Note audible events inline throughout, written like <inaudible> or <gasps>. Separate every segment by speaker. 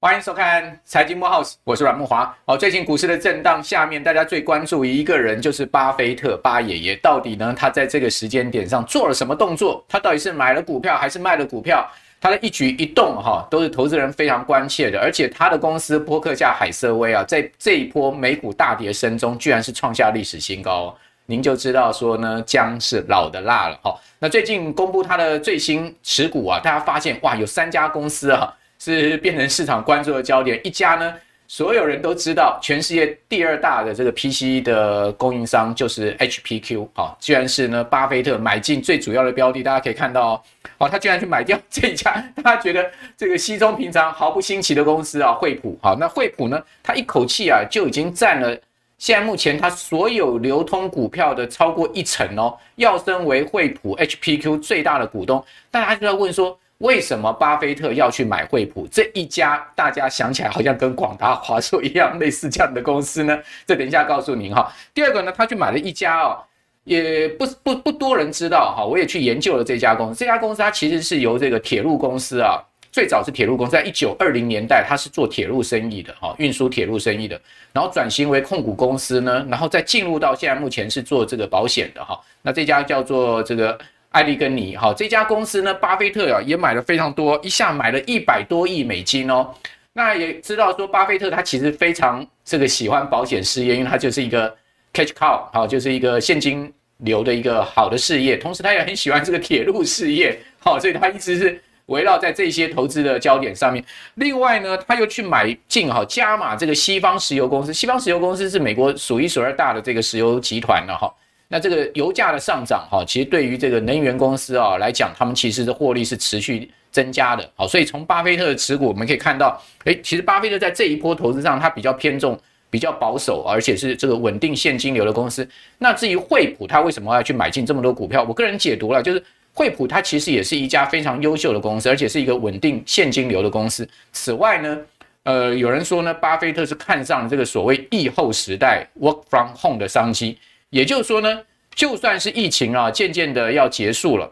Speaker 1: 欢迎收看财经幕 house，我是阮木华。哦，最近股市的震荡，下面大家最关注一个人就是巴菲特巴爷爷，到底呢他在这个时间点上做了什么动作？他到底是买了股票还是卖了股票？他的一举一动哈、都是投资人非常关切的。而且他的公司波克夏海瑟威啊，在这一波美股大跌声中，居然是创下历史新高、哦。您就知道说呢，姜是老的辣了哈、那最近公布它的最新持股啊，大家发现哇，有三家公司啊，是变成市场关注的焦点。一家呢，所有人都知道，全世界第二大的这个 PC 的供应商就是 HPQ 啊，居然是呢巴菲特买进最主要的标的，大家可以看到哦，哦他居然去买掉这一家， <laughs> 大家觉得这个稀松平常、毫不新奇的公司啊，惠普好，那惠普呢，它一口气啊就已经占了。现在目前它所有流通股票的超过一成哦，要升为惠普 HPQ 最大的股东。大家就在问说，为什么巴菲特要去买惠普这一家？大家想起来好像跟广达、华硕一样，类似这样的公司呢？这等一下告诉您哈、第二个呢，他去买了一家哦，也不不不多人知道哈、我也去研究了这家公司。这家公司它其实是由这个铁路公司啊，最早是铁路公司，在一九二零年代它是做铁路生意的哈、运输铁路生意的。然后转型为控股公司呢，然后再进入到现在目前是做这个保险的哈。那这家叫做这个艾利根尼哈，这家公司呢，巴菲特啊也买了非常多，一下买了一百多亿美金哦。那也知道说，巴菲特他其实非常这个喜欢保险事业，因为他就是一个 cash cow，好、就是一个现金流的一个好的事业。同时，他也很喜欢这个铁路事业，好、所以他一直是围绕在这些投资的焦点上面。另外呢，他又去买进哈加码这个西方石油公司。西方石油公司是美国数一数二大的这个石油集团了哈。那这个油价的上涨哈，其实对于这个能源公司啊来讲，他们其实的获利是持续增加的。好，所以从巴菲特的持股我们可以看到，诶，其实巴菲特在这一波投资上，他比较偏重。比较保守，而且是这个稳定现金流的公司。那至于惠普，它为什么要去买进这么多股票？我个人解读了，就是惠普它其实也是一家非常优秀的公司，而且是一个稳定现金流的公司。此外呢，呃，有人说呢，巴菲特是看上了这个所谓疫后时代 （work from home） 的商机。也就是说呢，就算是疫情啊渐渐的要结束了，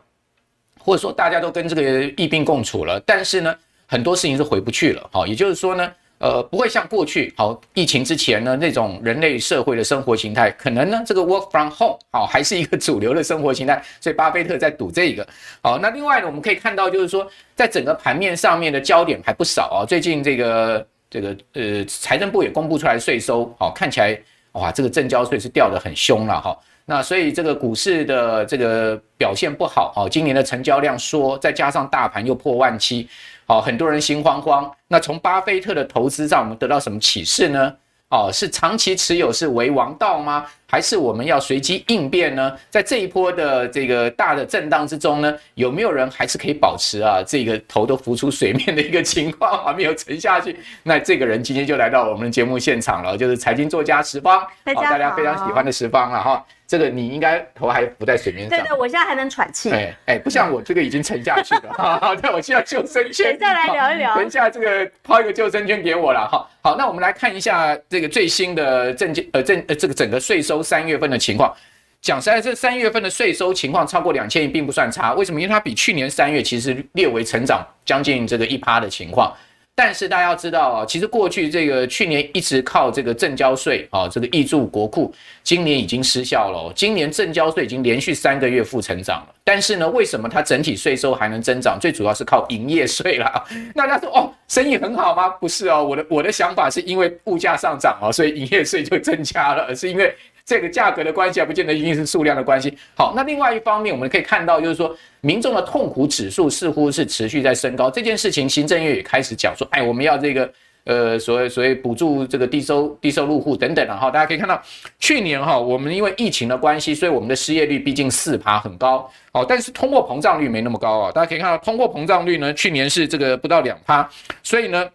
Speaker 1: 或者说大家都跟这个疫病共处了，但是呢，很多事情是回不去了。好、也就是说呢，呃，不会像过去好、疫情之前呢那种人类社会的生活形态，可能呢这个 work from home 好、还是一个主流的生活形态，所以巴菲特在赌这个。好，那另外呢，我们可以看到就是说，在整个盘面上面的焦点还不少啊、最近这个这个呃，财政部也公布出来税收，好、看起来哇，这个证交税是掉得很凶了哈、那所以这个股市的这个表现不好，好、今年的成交量缩，再加上大盘又破万七，好、很多人心慌慌。那从巴菲特的投资上，我们得到什么启示呢？哦，是长期持有是为王道吗？还是我们要随机应变呢？在这一波的这个大的震荡之中呢，有没有人还是可以保持啊这个头都浮出水面的一个情况 <laughs> 还没有沉下去？那这个人今天就来到我们的节目现场了，就是财经作家石方，哦
Speaker 2: 大家
Speaker 1: 大家非常
Speaker 2: 好
Speaker 1: 喜欢的石方了哈。这个你应该头还浮在水面上
Speaker 2: 对。对，我现在还能喘气。
Speaker 1: 哎哎，不像我这个已经沉下去了， <laughs> 哈哈，那我现在救生
Speaker 2: 等
Speaker 1: 圈
Speaker 2: 一。下来聊一聊
Speaker 1: 等一下，这个抛一个救生圈给我了哈。好，那我们来看一下这个最新的证件，呃证呃这个整个税收三月份的情况。讲实在，这三月份的税收情况超过两千亿并不算差，为什么？因为它比去年三月其实略微成长将近这个一趴的情况。但是大家要知道啊，其实过去这个去年一直靠这个证交税啊，这个挹注国库，今年已经失效了、哦。今年证交税已经连续三个月负成长了。但是呢，为什么它整体税收还能增长？最主要是靠营业税啦。 <laughs> 那他说哦，生意很好吗？不是哦，我的我的想法是因为物价上涨哦，所以营业税就增加了，而是因为这个价格的关系，还不见得一定是数量的关系。好，那另外一方面，我们可以看到，就是说民众的痛苦指数似乎是持续在升高。这件事情，行政院也开始讲说，哎，我们要这个呃，所谓所谓补助这个低收低收入户等等啊。哈，大家可以看到，去年哈、我们因为疫情的关系，所以我们的失业率毕竟四趴很高哦，但是通货膨胀率没那么高啊、大家可以看到，通货膨胀率呢，去年是这个不到两趴，所以呢。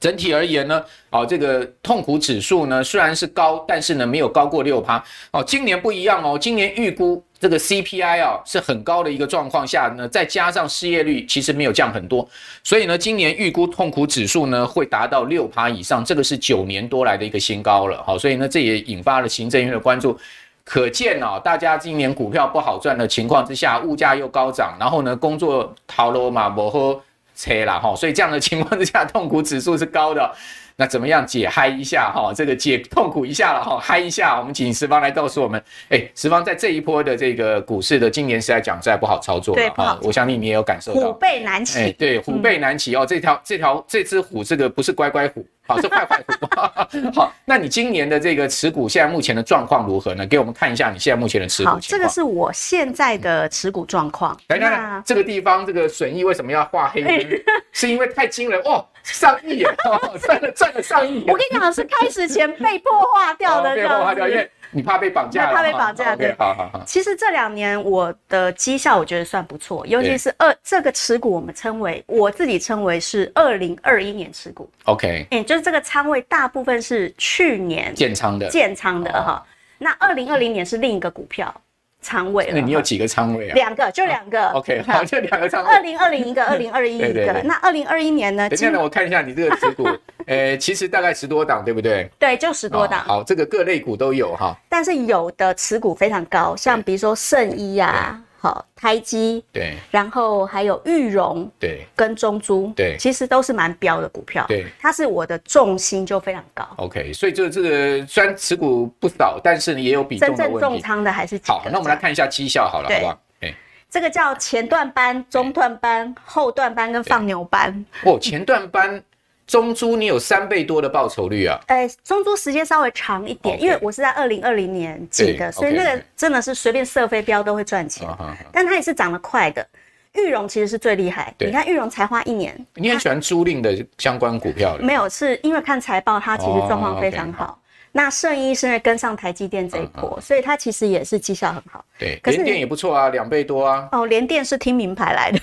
Speaker 1: 整体而言呢，哦，这个痛苦指数呢虽然是高，但是呢没有高过六趴。哦，今年不一样哦，今年预估这个 CPI 啊是很高的一个状况下呢，再加上失业率其实没有降很多，所以呢今年预估痛苦指数呢会达到六趴以上，这个是九年多来的一个新高了。好、所以呢这也引发了行政院的关注。可见哦，大家今年股票不好赚的情况之下，物价又高涨，然后呢，工作逃楼嘛，摩喝车啦哈、所以这样的情况之下，痛苦指数是高的。那怎么样解嗨一下哈、这个解痛苦一下了哈、嗨一下。我们请十方来告诉我们，哎，十方在这一波的这个股市的今年实在讲实在不好操作了
Speaker 2: 对不好
Speaker 1: 我相信你也有感受
Speaker 2: 虎
Speaker 1: 到。
Speaker 2: 背难
Speaker 1: 哎，<laughs>
Speaker 2: 骑，
Speaker 1: 对，虎背难骑哦，这条这条这只虎，这个不是乖乖虎，好，是坏坏虎。 <laughs> 好，那你今年的这个持股现在目前的状况如何呢？给我们看一下你现在目前的持股情
Speaker 2: 好，
Speaker 1: 况。
Speaker 2: 这个是我现在的持股状况。
Speaker 1: 等一下，等一下这个地方这个损益为什么要画黑
Speaker 2: 哎
Speaker 1: 呢？是因为太惊人哦，上亿耶，哦赚了赚了上亿耶。
Speaker 2: 我跟你讲，是开始前被破化掉的，
Speaker 1: 哦
Speaker 2: 这
Speaker 1: 被
Speaker 2: 样
Speaker 1: 我
Speaker 2: 子
Speaker 1: 划掉，因为你怕被绑架了
Speaker 2: 对
Speaker 1: 哈，
Speaker 2: 怕被绑架
Speaker 1: OK，
Speaker 2: 对
Speaker 1: 好好好，
Speaker 2: 其实这两年我的绩效我觉得算不错，尤其
Speaker 1: 对
Speaker 2: 是二这个持股，我们称为我自己称为是二零二一年持股，
Speaker 1: ，OK，
Speaker 2: 嗯，就是这个仓位大部分是去年
Speaker 1: 建仓的。
Speaker 2: 建仓的
Speaker 1: 哦
Speaker 2: 哈。那二零二零年是另一个股票仓位了
Speaker 1: 那
Speaker 2: 哈，
Speaker 1: 你有几个仓位啊
Speaker 2: 两个就两个。
Speaker 1: ？OK，好，就两个仓位
Speaker 2: 二。零二
Speaker 1: <laughs>
Speaker 2: 零一个，二零二一一
Speaker 1: 对对
Speaker 2: 个
Speaker 1: 对。
Speaker 2: 那二零二一年呢？
Speaker 1: 等一下
Speaker 2: 今
Speaker 1: 呢，我看一下你这个持
Speaker 2: <laughs>
Speaker 1: 股，呃，其实大概十多档，对不对？
Speaker 2: 对就十多
Speaker 1: 哦
Speaker 2: 档，
Speaker 1: 好，这个各类股都有哈。
Speaker 2: 但是有的持股非常高，像比如说圣衣啊，好台积，
Speaker 1: 对
Speaker 2: 然后还有裕荣，
Speaker 1: 对
Speaker 2: 跟中珠，
Speaker 1: 对
Speaker 2: 其实都是蛮标的股票，
Speaker 1: 对
Speaker 2: 它是我的重心就非常高，
Speaker 1: ，OK，所以就这个虽然持股不少，但是也有比
Speaker 2: 真
Speaker 1: 重的
Speaker 2: 正重
Speaker 1: 问题。
Speaker 2: 仓的还是几个
Speaker 1: 好，那我们来看一下绩效好了，
Speaker 2: 对
Speaker 1: 好不好？哎，
Speaker 2: 这个叫前段班、中段班、后段班跟放牛班，
Speaker 1: 哦，前段班中珠你有三倍多的报酬率啊，
Speaker 2: 哎，中珠时间稍微长一点，
Speaker 1: OK
Speaker 2: 因为我是在二零二零年进
Speaker 1: 对
Speaker 2: 的，所以那
Speaker 1: OK，
Speaker 2: 个真的是随便射飞镖都会赚钱
Speaker 1: 啊，哈哈
Speaker 2: 但它也是涨得快的。玉荣其实是最厉害，
Speaker 1: 对
Speaker 2: 你看玉荣才花一年，
Speaker 1: 你很喜欢租赁的相关股票的，
Speaker 2: 没有，是因为看财报，它其实状
Speaker 1: 哦
Speaker 2: 况
Speaker 1: ，OK，嗯
Speaker 2: 非常好。那圣医是因为跟上台积电这一波，所以它其实也是绩效很好。
Speaker 1: 对，
Speaker 2: 可是
Speaker 1: 联电也不错啊，两倍多啊。 <laughs>
Speaker 2: 哦，连电是听名牌来的，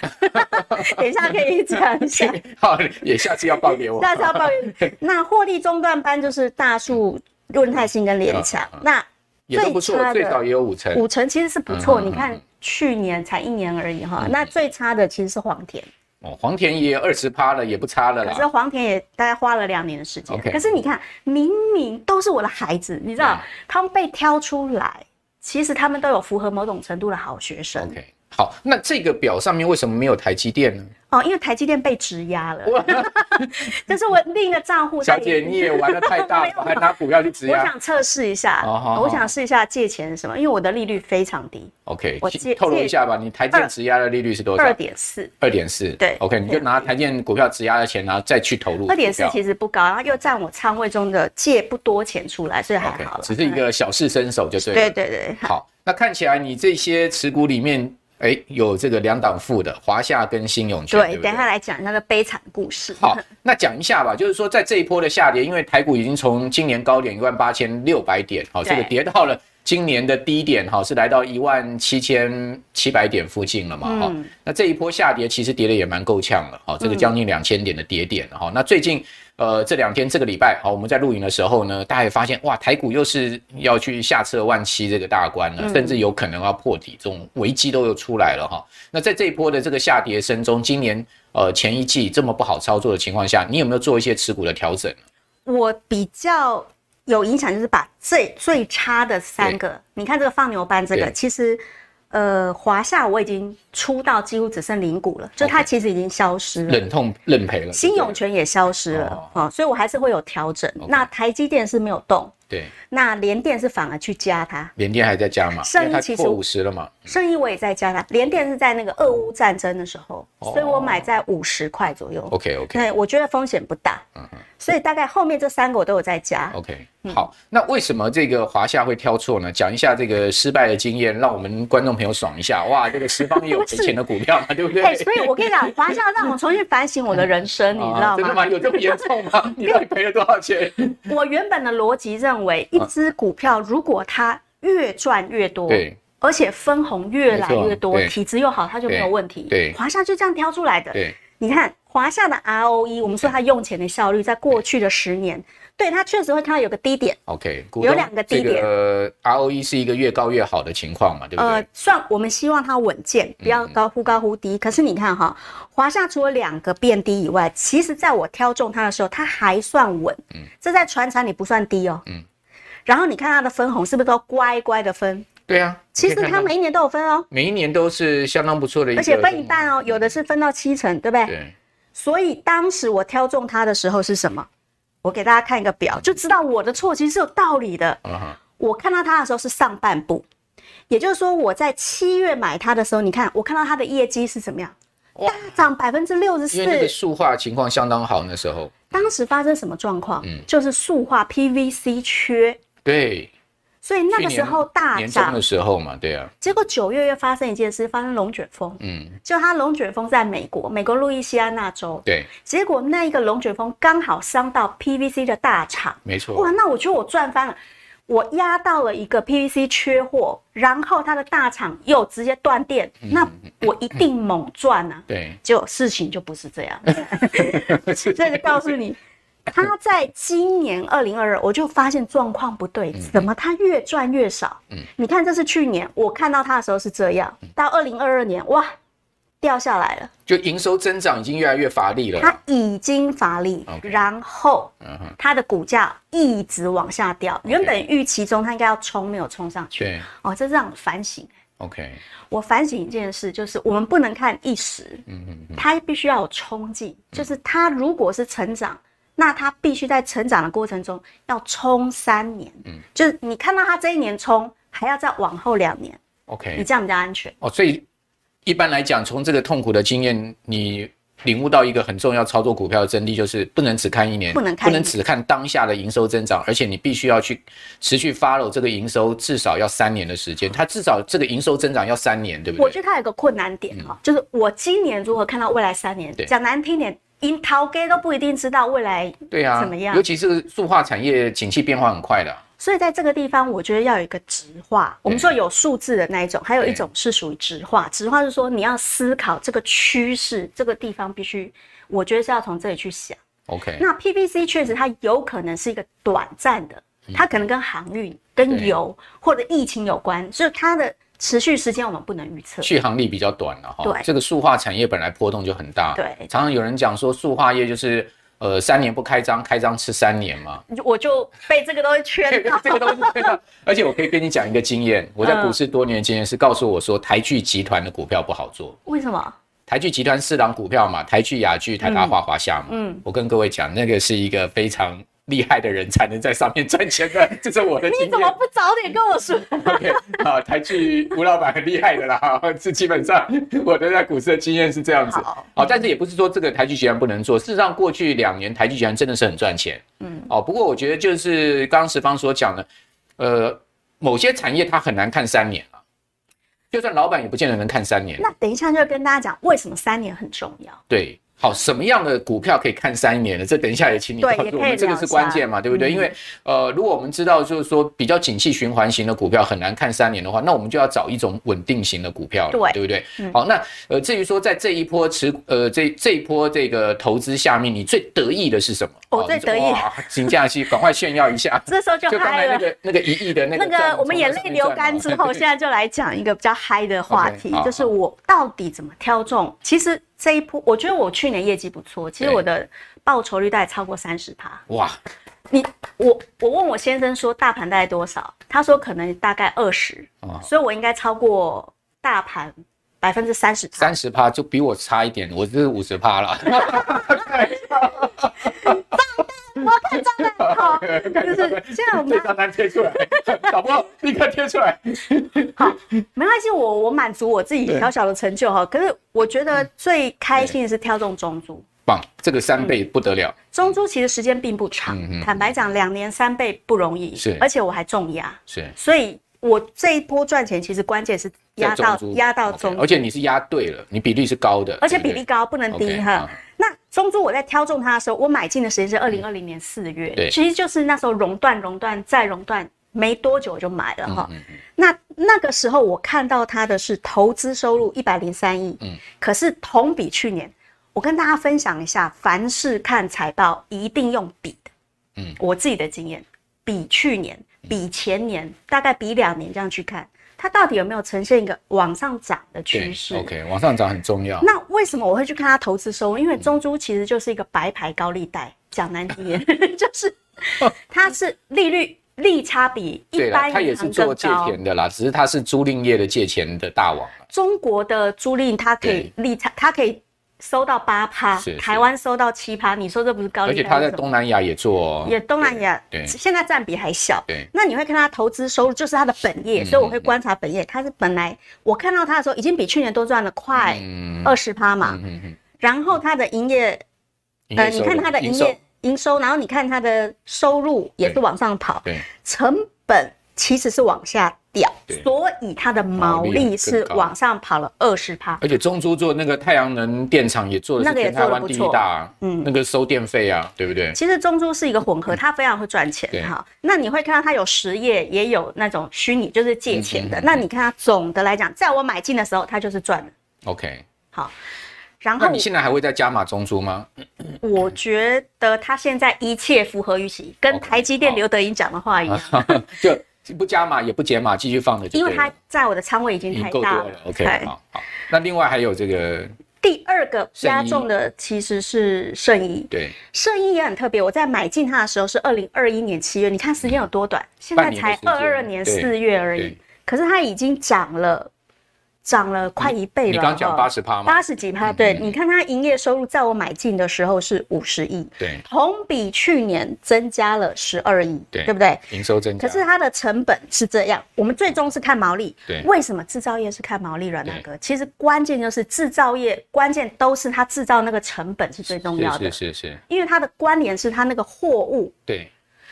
Speaker 2: 等一下可以讲
Speaker 1: <laughs>
Speaker 2: 一下。
Speaker 1: 好，也下次要报给
Speaker 2: <laughs>
Speaker 1: 我。
Speaker 2: 大家抱
Speaker 1: <laughs>
Speaker 2: 怨，那获利中段班就是大树、润泰新跟联强，
Speaker 1: 嗯
Speaker 2: 那
Speaker 1: 也都不错
Speaker 2: 最差，的
Speaker 1: 最少也有五成。
Speaker 2: 五成其实是不
Speaker 1: 嗯
Speaker 2: 错。
Speaker 1: 嗯嗯嗯
Speaker 2: 你看去年才一年而已哈，那最差的其实是黄田，
Speaker 1: 哦，黄田也二十趴了，也不差了
Speaker 2: 可
Speaker 1: 啦
Speaker 2: 是。黄田也大概花了两年的时间。
Speaker 1: 啊 OK
Speaker 2: 可是你看，明明都是我的孩子，你知道
Speaker 1: 嗯
Speaker 2: 他们被挑出来，其实他们都有符合某种程度的好学生
Speaker 1: OK，好，那这个表上面为什么没有台积电呢？
Speaker 2: 哦，因为台积电被质押了， <laughs>
Speaker 1: 哇
Speaker 2: 这是我另一个账户在
Speaker 1: 小
Speaker 2: 里
Speaker 1: 姐，
Speaker 2: 面。
Speaker 1: 你也玩的太
Speaker 2: <laughs>
Speaker 1: 大了吧，还拿股票去质
Speaker 2: 我
Speaker 1: 押。
Speaker 2: 想测试一下，
Speaker 1: 好好好
Speaker 2: 我想试一下借钱是什么，因为我的利率非常低，
Speaker 1: OK，
Speaker 2: 我
Speaker 1: 请
Speaker 2: 借
Speaker 1: 透露
Speaker 2: 借
Speaker 1: 一下吧，你台
Speaker 2: 二
Speaker 1: 建质押的利率是多
Speaker 2: 二
Speaker 1: 少？
Speaker 2: 点四，
Speaker 1: 二点四。
Speaker 2: 对
Speaker 1: ，OK，你就拿台建股票质押的钱，然后再去投入股票。
Speaker 2: 二点四其实不高，然后又占我仓位中的借不多钱出来，所以还
Speaker 1: OK，
Speaker 2: 好了。嗯
Speaker 1: 只是一个小试身手就对了。
Speaker 2: 对对对，
Speaker 1: 好，那看起来你这些持股里面，哎，有这个两档负的华夏跟新永泉，
Speaker 2: 对，
Speaker 1: 对不
Speaker 2: 等一下
Speaker 1: 对？
Speaker 2: 来讲那个悲惨故事。
Speaker 1: 好，那讲一下吧，就是说在这一波的下跌，因为台股已经从今年高点一万八千六百点，哦好，这个
Speaker 2: 对
Speaker 1: 跌到了今年的低点，哈，是来到一万七千七百点附近了嘛，哈、
Speaker 2: 嗯
Speaker 1: 那这一波下跌其实跌的也蛮够呛了，哈，这个将近两千点的跌点，哈、那最近呃这两天这个礼拜，好，我们在录影的时候呢，大家也发现哇，台股又是要去下测万七这个大关
Speaker 2: 嗯
Speaker 1: 了，甚至有可能要破底，这种危机都又出来了，哈。那在这一波的这个下跌声中，今年呃前一季这么不好操作的情况下，你有没有做一些持股的调整？
Speaker 2: 我比较有影响，就是把最最差的三个，你看这个放牛班这个，
Speaker 1: 对
Speaker 2: 其实呃华夏我已经出到几乎只剩零股了，就它
Speaker 1: OK
Speaker 2: 其实已经消失了。
Speaker 1: 忍痛认赔了，
Speaker 2: 嗯新
Speaker 1: 永
Speaker 2: 涌泉也消失了哦所以我还是会有调整。
Speaker 1: OK
Speaker 2: 那台积电是没有动，
Speaker 1: 对，
Speaker 2: 那联电是反而去加它，
Speaker 1: 联电还在加嘛，因
Speaker 2: 剩
Speaker 1: 为它
Speaker 2: 其实
Speaker 1: 破五十了嘛，
Speaker 2: 圣意我也在加它。联电是在那个俄乌战争的时候，
Speaker 1: 哦
Speaker 2: 所以我买在五十块左右。
Speaker 1: OK 嗯 OK。
Speaker 2: 对，我觉得风险不大，所以大概后面这三个我都有在加。
Speaker 1: OK，好，那为什么这个华夏会挑错呢？讲一下这个失败的经验，让我们观众朋友爽一下。哇，这个十方也有赔钱的股票嘛，对
Speaker 2: <laughs>
Speaker 1: 不对？
Speaker 2: 哎、所以我跟你讲，华夏让我重新反省我的人
Speaker 1: <laughs>
Speaker 2: 生，你
Speaker 1: 啊
Speaker 2: 知道
Speaker 1: 真的
Speaker 2: 吗？
Speaker 1: 吗？有这么严重吗？你到底赔了多少
Speaker 2: <laughs>
Speaker 1: 钱？
Speaker 2: 我原本的逻辑认为，
Speaker 1: 啊
Speaker 2: 一只股票如果它越赚越多，
Speaker 1: 对，
Speaker 2: 而且分红越来越
Speaker 1: 没错
Speaker 2: 多，
Speaker 1: 对
Speaker 2: 体质又好，它就没有问题。
Speaker 1: 对对
Speaker 2: 华夏就这样挑出来的。
Speaker 1: 对，
Speaker 2: 你看华夏的 E，ROE，我们说它用钱的效率，在过去的十年，对它确实会看到有个低点，
Speaker 1: OK，股
Speaker 2: 有两个地点
Speaker 1: 这个呃 ROE E 是一个越高越好的情况嘛，对不嗯对？
Speaker 2: 呃，算我们希望它稳健，不要高忽高忽低。可是你看哈，华夏除了两个变低以外，
Speaker 1: 嗯
Speaker 2: 其实在我挑中它的时候，它还算稳。这在船产里不算低哦。然后你看它的分红是不是都乖乖的分？
Speaker 1: 对啊，
Speaker 2: 其
Speaker 1: 嗯你可
Speaker 2: 实
Speaker 1: 以看到
Speaker 2: 它每一年都有分哦，
Speaker 1: 每一年都是相当不错的一个，
Speaker 2: 而且分一半哦，有的是分到七成，对不对？
Speaker 1: 对，
Speaker 2: 所以当时我挑中它的时候是什么？我给大家看一个表，就知道我的错其实是有道理的。
Speaker 1: 嗯哼，
Speaker 2: 我看到它的时候是上半部，也就是说我在七月买它的时候，你看我看到它的业绩是怎么样，
Speaker 1: 哇
Speaker 2: 大涨百分之六十
Speaker 1: 因为那个
Speaker 2: 四。
Speaker 1: 塑化情况相当好那时候，
Speaker 2: 当时发生什么状况？
Speaker 1: 嗯
Speaker 2: 就是塑化 PVC 缺，
Speaker 1: 对，
Speaker 2: 所以那
Speaker 1: 去
Speaker 2: 个
Speaker 1: 年
Speaker 2: 时候大
Speaker 1: 年中
Speaker 2: 涨
Speaker 1: 的。时候嘛，对啊，
Speaker 2: 结果九月又发生一件事，发生龙卷风。
Speaker 1: 嗯，
Speaker 2: 就它龙卷风在美国，美国路易斯安那州，
Speaker 1: 对，
Speaker 2: 结果那一个龙卷风刚好伤到 PVC 的大厂。
Speaker 1: 没错
Speaker 2: 哇，，那我觉得我赚翻了。我压到了一个 PVC 缺货，然后它的大厂又直接断电，那我一定猛赚啊！
Speaker 1: 对，
Speaker 2: 结果事情就不是这样，这就告诉你，他在今年二零二二，我就发现状况不对，怎么他越赚越少？你看这是去年我看到他的时候是这样，到二零二二年哇掉下来了，
Speaker 1: 就营收增长已经越来越乏力了，
Speaker 2: 他已经乏力，
Speaker 1: OK
Speaker 2: 然后
Speaker 1: 嗯哼，
Speaker 2: 它的股价一直往下掉，原本预期中它应该要冲，没有冲上去。
Speaker 1: 对
Speaker 2: 哦，这让我反省。
Speaker 1: ，OK，
Speaker 2: 我反省一件事，就是我们不能看一时，
Speaker 1: 嗯嗯嗯，
Speaker 2: 它必须要有冲劲。就是它如果是成长，那它必须在成长的过程中要冲三年。嗯，就是你看到它这一年冲，还要再往后两年，你
Speaker 1: OK，
Speaker 2: 这样比较安全。
Speaker 1: 哦，所以一般来讲，从这个痛苦的经验，你领悟到一个很重要操作股票的真谛，就是不能只看一年，
Speaker 2: 不能看一年
Speaker 1: 只看当下的营收增长，而且你必须要去持续 follow 这个营收，至少要三年的时间，它至少这个营收增长要三年，对不
Speaker 2: 我
Speaker 1: 对？
Speaker 2: 觉得它有个困难点哈、就是我今年如何看到未来三年
Speaker 1: 对？
Speaker 2: 讲难听点，银桃街都不一定知道未来
Speaker 1: 对啊，
Speaker 2: 怎么样
Speaker 1: 尤其是塑化产业景气变化很快的，
Speaker 2: 所以在这个地方，我觉得要有一个直化。我们说有数字的那一种，还有一种是属于直化。直化是说你要思考这个趋势，这个地方必须，我觉得是要从这里去想。
Speaker 1: OK，
Speaker 2: 那 PVC 确实它有可能是一个短暂的，它可能跟航运、跟
Speaker 1: 嗯对
Speaker 2: 油或者疫情有关，所以它的持续时间我们不能预测。
Speaker 1: 续航力比较短了哈。
Speaker 2: 对
Speaker 1: 这个塑化产业本来波动就很大，
Speaker 2: 对
Speaker 1: 常常有人讲说塑化业就是呃三年不开张，开张吃三年
Speaker 2: <laughs>
Speaker 1: 嘛。。
Speaker 2: 我就被这个东西圈到
Speaker 1: <laughs> 这个东西对啊，而且我可以跟你讲一个经验，我在
Speaker 2: 嗯
Speaker 1: 股市多年的经验是告诉我说，台剧集团的股票不好做。
Speaker 2: 为什么？
Speaker 1: 台剧集团四档股票嘛，台剧、雅剧、台达、华华夏嘛。
Speaker 2: 嗯
Speaker 1: 我跟各位讲，那个是一个非常厉害的人才能在上面赚钱的，这是我的经验。
Speaker 2: 你怎么不早点跟我说？
Speaker 1: OK，好，台剧吴老板很厉害的啦， <laughs> 这基本上我的在股市的经验是这样子。
Speaker 2: 好
Speaker 1: 好，哦但是 <laughs> 也不是说这个台剧集团不能做，事实上过去两年台剧集团真的是很赚钱。嗯，哦，不过我觉得就是刚刚石方所讲的，呃，某些产业它很难看三年啊，就算老板也不见得能看三年。啊
Speaker 2: 那等一下就要跟大家讲为什么三年很重要。
Speaker 1: 对，好，什么样的股票可以看三年的？这等一下也请你告
Speaker 2: 对
Speaker 1: 诉
Speaker 2: 也
Speaker 1: 我
Speaker 2: 可以
Speaker 1: 们，这个
Speaker 2: 聊
Speaker 1: 是
Speaker 2: 一下嗯
Speaker 1: 关键嘛，对不对？因为呃，如果我们知道就是说比较景气循环型的股票很难看三年的话，那我们就要找一种稳定型的股票了，
Speaker 2: 对嗯
Speaker 1: 对不对？好，那呃，至于说在这一波持呃这这一波这个投资下面，你最得意的是什么？
Speaker 2: 我
Speaker 1: 哦
Speaker 2: 最
Speaker 1: 你说
Speaker 2: 得意。
Speaker 1: 哇，评价是赶快炫耀一下
Speaker 2: 这时 <laughs> 候就
Speaker 1: 就刚才
Speaker 2: 嗨
Speaker 1: 那
Speaker 2: 了。
Speaker 1: 个那个一亿的那个
Speaker 2: 那
Speaker 1: 赚
Speaker 2: 个我们眼泪流干之
Speaker 1: <laughs>
Speaker 2: 后，
Speaker 1: 从哪里赚的
Speaker 2: 现在就来讲一个比较嗨的话
Speaker 1: 哦 OK，
Speaker 2: 题
Speaker 1: 好，
Speaker 2: 就是我到底怎么挑中？其实这一波，我觉得我去年业绩不错，其实
Speaker 1: 对
Speaker 2: 我的报酬率大概超过三十趴。
Speaker 1: 哇，
Speaker 2: 你我我问我先生说大盘大概多少，他说可能大概二十、
Speaker 1: 哦
Speaker 2: 所以我应该超过大盘百分之三十。
Speaker 1: 三十趴就比我差一点，我这是五十趴了。
Speaker 2: 我看账单好，哦 <laughs> 就是现 <laughs> 在
Speaker 1: 这
Speaker 2: 我们
Speaker 1: 张单贴出
Speaker 2: <laughs>
Speaker 1: 来，导播立刻贴出来。
Speaker 2: 没关系，我我满足我自己
Speaker 1: 对嗯
Speaker 2: 小小的成就哈。可是我觉得最开心的是挑中中珠。
Speaker 1: 棒，这个三倍不得了，
Speaker 2: 中珠其实时间并不长，
Speaker 1: 嗯嗯
Speaker 2: 坦白讲，两年三倍不容易，
Speaker 1: 是
Speaker 2: 而且我还重压，
Speaker 1: 是
Speaker 2: 所以我这一波赚钱其实关键是压
Speaker 1: 在
Speaker 2: 到
Speaker 1: 中珠
Speaker 2: 压到
Speaker 1: OK，
Speaker 2: 中珠
Speaker 1: 而且你是压对了，你比例是高的，
Speaker 2: 而且
Speaker 1: 对不
Speaker 2: 比
Speaker 1: 对
Speaker 2: 例高，不能低
Speaker 1: OK，啊
Speaker 2: 哈
Speaker 1: 好。
Speaker 2: 那中珠我在挑中它的时候，我买进的时间是二零二零年四月，
Speaker 1: 嗯对
Speaker 2: 其实就是那时候熔断、熔断再熔断，没多久我就买了
Speaker 1: 嗯
Speaker 2: 哈。那那个时候我看到它的是投资收
Speaker 1: 嗯
Speaker 2: 入一百零三亿，可是同比去年，我跟大家分享一下，凡是看财报一定用比的，
Speaker 1: 嗯
Speaker 2: 我自己的经验，比去年、比前年，大概比两年这样去看，它到底有没有呈现一个往上涨的趋
Speaker 1: 对
Speaker 2: 势？
Speaker 1: ，OK，往上涨很重要。
Speaker 2: 那为什么我会去看它投资收入？
Speaker 1: 嗯
Speaker 2: 因为中珠其实
Speaker 1: <laughs>
Speaker 2: 就是一个白牌高利贷，讲难听点，就是它是利率利差比一
Speaker 1: 对啦，
Speaker 2: 般
Speaker 1: 他也
Speaker 2: 银
Speaker 1: 是
Speaker 2: 行
Speaker 1: 做
Speaker 2: 更
Speaker 1: 借
Speaker 2: 高。
Speaker 1: 钱的啦，只是他是租赁业的借钱的大王啊
Speaker 2: 中国的租赁它可以利差，它可以收到八趴
Speaker 1: 是是，
Speaker 2: 台湾收到七趴，你说这不是高
Speaker 1: 而
Speaker 2: 利
Speaker 1: 且
Speaker 2: 贷
Speaker 1: 他
Speaker 2: 是
Speaker 1: 在
Speaker 2: 什么？
Speaker 1: 东南亚也做、哦，
Speaker 2: 也东南亚
Speaker 1: 对对
Speaker 2: 现在占比还小，
Speaker 1: 对
Speaker 2: 那你会看它投资收入就是它的本业，
Speaker 1: 嗯
Speaker 2: 所以我会观察本业，它是本来我看到它的时候已经比去年多赚了快
Speaker 1: 嗯
Speaker 2: 二十趴嘛，
Speaker 1: 嗯嗯
Speaker 2: 然后它的营业
Speaker 1: 嗯
Speaker 2: 呃，你看它的营，
Speaker 1: 收入
Speaker 2: 业营收，然后你看它的收入也是
Speaker 1: 对
Speaker 2: 往上跑，
Speaker 1: 对，
Speaker 2: 成本其实是往下掉
Speaker 1: 对，
Speaker 2: 所以它的毛
Speaker 1: 毛利
Speaker 2: 利
Speaker 1: 更
Speaker 2: 是
Speaker 1: 高
Speaker 2: 往上跑了二十趴。
Speaker 1: 而且中租做那个太阳能电厂也做的
Speaker 2: 那
Speaker 1: 是
Speaker 2: 个也
Speaker 1: 全台湾
Speaker 2: 做
Speaker 1: 第
Speaker 2: 得不
Speaker 1: 一
Speaker 2: 错
Speaker 1: 大、啊，
Speaker 2: 嗯
Speaker 1: 那个收电费啊，对不对？
Speaker 2: 其实中珠是一个混合，它非常会赚
Speaker 1: 对
Speaker 2: 钱哈。那你会看到它有实业，也有那种虚拟，就是
Speaker 1: 嗯
Speaker 2: 借钱的。那你看它总的来讲，在我买进的时候，它就是赚的。
Speaker 1: OK，
Speaker 2: 好，然
Speaker 1: 那
Speaker 2: 后
Speaker 1: 你现在还会再加码中租吗？
Speaker 2: 我觉得它现在一切符合预期，跟
Speaker 1: OK，
Speaker 2: 台积电
Speaker 1: 好
Speaker 2: 刘德英讲的话一样，
Speaker 1: 就不加码也不减码，继续放着就
Speaker 2: 因
Speaker 1: 对了，
Speaker 2: 为它在我的仓位已
Speaker 1: 已
Speaker 2: 经
Speaker 1: 经
Speaker 2: 太
Speaker 1: 够多
Speaker 2: 大
Speaker 1: 了
Speaker 2: 了。。
Speaker 1: OK，
Speaker 2: 对
Speaker 1: 好好。那另外还有这个
Speaker 2: 第二个加重的其实是圣衣，
Speaker 1: 对
Speaker 2: 圣衣也很特别。我在买进它的时候是二零二一年七月，你看时间有多短，现在才二
Speaker 1: 嗯半年的时间
Speaker 2: 二年四月而
Speaker 1: 对
Speaker 2: 已，，可是它已经涨了，涨了快一倍了。
Speaker 1: 你刚刚讲八
Speaker 2: 十
Speaker 1: 十嗯趴嘛，
Speaker 2: 八十几趴，对，你看它营业收入在我买进的时候是五十亿，
Speaker 1: 对，
Speaker 2: 同比去年增加了十二亿，
Speaker 1: 对
Speaker 2: 不对？
Speaker 1: 营收增加，
Speaker 2: 可是它的成本是这样，我们最终是看毛利。
Speaker 1: 对
Speaker 2: 为什么制造业是看毛利？阮大哥，其实关键就是制造业，关键都是它制造那个成本是最重要的，
Speaker 1: 是是是是，
Speaker 2: 因为它的关联是它那个货物，
Speaker 1: 对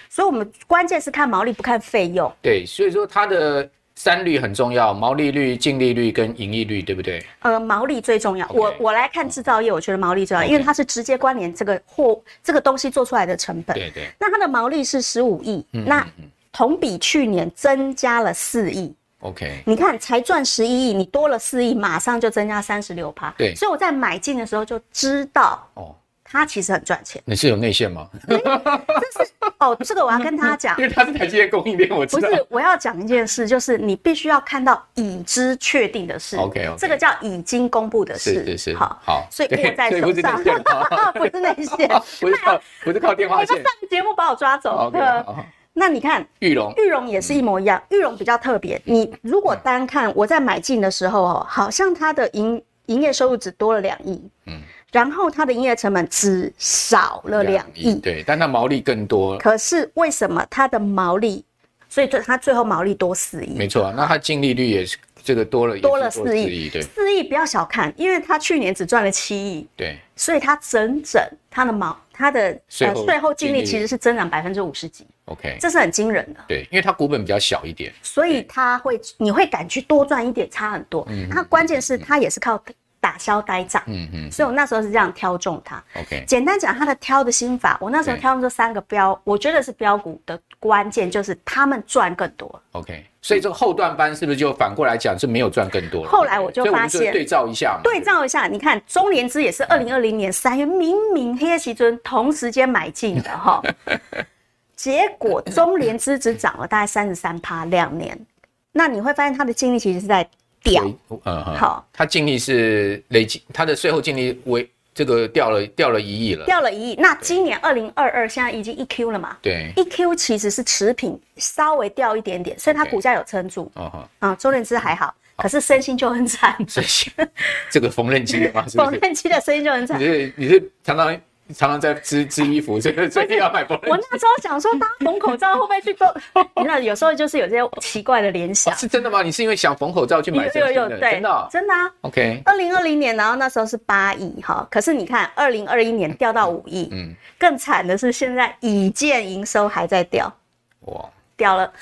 Speaker 2: 所以我们关键是看毛利，不看费用。
Speaker 1: 对，所以说它的三率很重要，毛利率、净利率跟盈利率，对不对？
Speaker 2: 呃，毛利最重要。
Speaker 1: OK
Speaker 2: 我我来看制造业，我觉得毛利最重要，
Speaker 1: OK
Speaker 2: 因为它是直接关联这个货这个东西做出来的成本。
Speaker 1: 对嗯对
Speaker 2: 那它的毛利是十五亿，那同比去年增加了四亿。
Speaker 1: ，OK，
Speaker 2: 你看，才赚十一亿，你多了四亿，马上就增加三十六趴。
Speaker 1: 对
Speaker 2: 所以我在买进的时候就知道
Speaker 1: 哦，。
Speaker 2: 它其实很赚钱
Speaker 1: <laughs> 你是有内线吗？
Speaker 2: 哦，这个我要跟他
Speaker 1: <laughs>
Speaker 2: 讲
Speaker 1: 因，为它是台积电供应链，我
Speaker 2: 不
Speaker 1: 知道。
Speaker 2: 是我要讲一件事，就是你必须要看到已知确定的事。
Speaker 1: OK，OK
Speaker 2: 这个叫已经公布的事。
Speaker 1: <laughs> 是是是，
Speaker 2: 好，
Speaker 1: 好，
Speaker 2: 所以
Speaker 1: 对
Speaker 2: 握在
Speaker 1: 所以不
Speaker 2: 手
Speaker 1: 是
Speaker 2: 上
Speaker 1: 内线吗？
Speaker 2: <laughs> 不是那
Speaker 1: <laughs>
Speaker 2: 些。
Speaker 1: 不是靠不是靠电话
Speaker 2: 你就
Speaker 1: 线
Speaker 2: 上。个节目 <laughs> 把我抓走
Speaker 1: OK，
Speaker 2: 了。
Speaker 1: 好，
Speaker 2: <laughs> 那你看，
Speaker 1: 玉龙
Speaker 2: 玉龙也是一模一样，玉龙比较特别。你如果单看我在买进的时候哦，好像它的营营业收入只多了两亿，
Speaker 1: 嗯
Speaker 2: 嗯，然后它的营业成本只少了两亿，
Speaker 1: 对，但它毛利更多，
Speaker 2: 可是为什么它的毛利？所以最它最后毛利多四亿，
Speaker 1: 没错啊。那它净利率也是这个多了，也是
Speaker 2: 多了
Speaker 1: 4
Speaker 2: 四
Speaker 1: 亿，
Speaker 2: 亿
Speaker 1: 对
Speaker 2: 四亿不要小看，因为它去年只赚了七亿，
Speaker 1: 对，
Speaker 2: 所以它整整它的毛它的呃
Speaker 1: 税后
Speaker 2: 税后净
Speaker 1: 净
Speaker 2: 利
Speaker 1: 利
Speaker 2: 其实是增长百分之五十几，
Speaker 1: OK，
Speaker 2: 这是很惊人的。
Speaker 1: 对，因为它股本比较小一点，
Speaker 2: 所以他会，你会敢去多赚一点，差很多。他关键是他也是靠打消呆账，
Speaker 1: 嗯嗯
Speaker 2: 所以我那时候是这样挑中它。
Speaker 1: ，OK，
Speaker 2: 简单讲，他的挑的心法，我那时候
Speaker 1: 对
Speaker 2: 挑中这三个标，我觉得是标股的关键，就是他们赚更多。
Speaker 1: OK，所以这个后段班是不是就反过来讲是没有赚更多了？
Speaker 2: 后来我就
Speaker 1: 所以们
Speaker 2: 发现
Speaker 1: 对啊照一下嘛，
Speaker 2: 对照一下，你看中联资也是二零二零年三月，明明黑夜奇尊同时间买进的
Speaker 1: <laughs>
Speaker 2: 哈，结果中联资只涨了大概三十三趴，两年。那你会发现它的净利其实是在掉，
Speaker 1: 回，嗯哼，
Speaker 2: 好，
Speaker 1: 它净利是累积，它的税后净利为这个掉了掉了一亿了，
Speaker 2: 掉了一亿。那今年二零二二现在已经一 Q 了嘛？
Speaker 1: 对，
Speaker 2: 一 Q 其实是持平，稍微掉一点点，所以它
Speaker 1: OK
Speaker 2: 股价有撑住
Speaker 1: 哦哈，
Speaker 2: 啊。周润之还好，可是身心就很惨，
Speaker 1: 这些 <laughs> 这个缝纫机的吗？是
Speaker 2: 缝
Speaker 1: 不是？
Speaker 2: 纫机的身心就很惨
Speaker 1: 你。是你是常常常常在织织衣服，所以所以要买缝
Speaker 2: 我
Speaker 1: 纫机，
Speaker 2: 那时候想说，大家缝口罩会不会去做？ <laughs> 你知道，有时候就是有这些奇怪的联想
Speaker 1: 哦。是真的吗？你是因为想缝口罩去买这个的，
Speaker 2: 对
Speaker 1: 真的哦，
Speaker 2: 真的啊。
Speaker 1: ？OK，
Speaker 2: 二零二零年，然后那时候是八亿哈，可是你看，二零二一年掉到五亿，
Speaker 1: 嗯，
Speaker 2: 更惨的是现在已见营收还在掉，
Speaker 1: 哇，
Speaker 2: 掉了。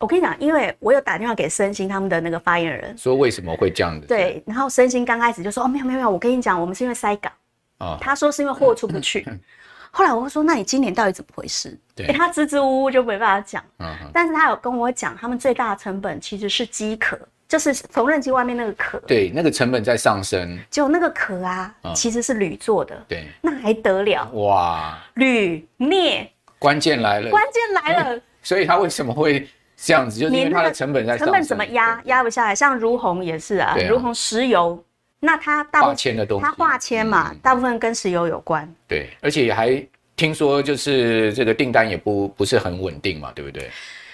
Speaker 2: 我跟你讲，因为我有打电话给申鑫他们的那个发言人，
Speaker 1: 说为什么会这样子？
Speaker 2: 对，然后申鑫刚开始就说哦没有没有没有，我跟你讲，我们是因为塞港，
Speaker 1: 啊，
Speaker 2: 他说是因为货出不去。 <laughs> 后来我就说，那你今年到底怎么回事？
Speaker 1: 嗯对
Speaker 2: 诶他支支吾吾就没办法讲，
Speaker 1: 嗯哼，
Speaker 2: 但是他有跟我讲，他们最大的成本其实是机壳，就是缝纫机外面那个壳，
Speaker 1: 对，那个成本在上升，
Speaker 2: 就那个壳啊
Speaker 1: 嗯，
Speaker 2: 其实是铝做的，
Speaker 1: 对，
Speaker 2: 那还得了？
Speaker 1: 哇，
Speaker 2: 铝镍，
Speaker 1: 关键来了，
Speaker 2: 关键来
Speaker 1: <laughs>
Speaker 2: 了，
Speaker 1: 所以它为什么会这样子？就是因为
Speaker 2: 你那
Speaker 1: 它
Speaker 2: 个
Speaker 1: 的成本在上
Speaker 2: 成本怎么压
Speaker 1: 升？
Speaker 2: 压不下来？像如红也是啊
Speaker 1: 对啊，
Speaker 2: 如红石油，那它大
Speaker 1: 化
Speaker 2: 部
Speaker 1: 纤的东西，嗯
Speaker 2: 它化纤嘛，大部分跟石油有关。
Speaker 1: 对，而且还听说就是这个订单也不不是很稳定嘛，对不对？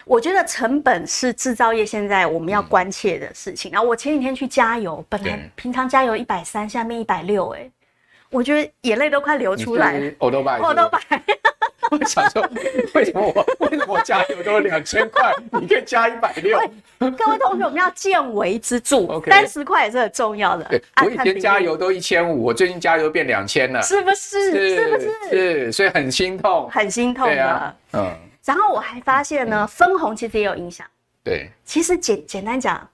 Speaker 2: 我觉得成本是制造业现在我们要关切的事情。然后我前几天去加油，本来
Speaker 1: 嗯对
Speaker 2: 平常加油一百三，下面一百六，哎，我觉得眼泪都快流出来了。
Speaker 1: 欧多拜，
Speaker 2: 我都把
Speaker 1: 我想说，为什么我 <laughs> 为什么我加油都两千块，你可以加一百六？
Speaker 2: <laughs> 各位同学，我们要见微知著，
Speaker 1: OK
Speaker 2: 三十块也是很重要的。
Speaker 1: 对，我
Speaker 2: 按
Speaker 1: 以
Speaker 2: 看
Speaker 1: 前
Speaker 2: 比
Speaker 1: 加
Speaker 2: 例
Speaker 1: 油都一千五，我最近加油变两千了，
Speaker 2: 是不是？是不是？
Speaker 1: 是，所以很心痛。
Speaker 2: 很心痛
Speaker 1: 对
Speaker 2: 的。
Speaker 1: 啊，嗯，
Speaker 2: 然后我还发现呢，分红其实也有影响。
Speaker 1: 对，
Speaker 2: 其实简简单讲，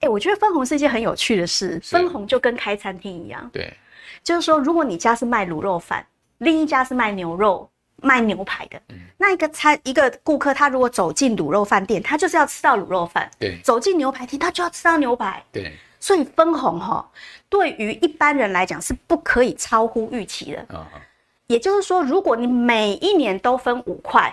Speaker 2: 哎、我觉得分红是一件很有趣的事。分红就跟开餐厅一样，
Speaker 1: 对，
Speaker 2: 就是说，如果你家是卖卤肉饭，另一家是卖牛肉、卖牛排的，
Speaker 1: 嗯
Speaker 2: 那一个餐一个顾客他如果走进卤肉饭店，他就是要吃到卤肉饭；
Speaker 1: 对，
Speaker 2: 走进牛排厅，他就要吃到牛排。
Speaker 1: 对，
Speaker 2: 所以分红哈，对于一般人来讲是不可以超乎预期的。
Speaker 1: 啊，
Speaker 2: 也就是说，如果你每一年都分五块，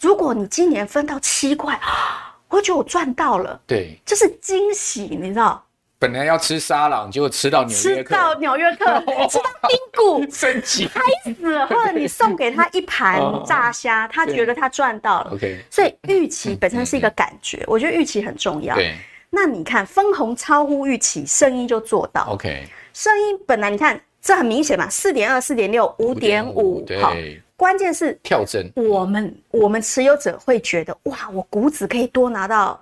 Speaker 2: 如果你今年分到七块， <gasps> 啊我会觉得我赚到了。
Speaker 1: 对，
Speaker 2: 这是惊喜，你知道？
Speaker 1: 本来要吃沙朗，结果吃到纽
Speaker 2: 吃
Speaker 1: 约客，
Speaker 2: 到纽
Speaker 1: <laughs>
Speaker 2: 约客，吃到冰谷
Speaker 1: 升级。
Speaker 2: 死了，或者你送给他一盘
Speaker 1: 哦
Speaker 2: 炸虾，他觉得他赚到了。
Speaker 1: OK，
Speaker 2: 所以预期本身是一个感觉，我觉得预期很重要。
Speaker 1: 对
Speaker 2: 那你看分红超乎预期，圣音就做到。
Speaker 1: ，OK，
Speaker 2: 圣音本来你看这很明显嘛，四点二、四点六、五点五，好，
Speaker 1: 对，
Speaker 2: 关键是
Speaker 1: 跳针，
Speaker 2: 我们我们持有者会觉得哇，我股指可以多拿到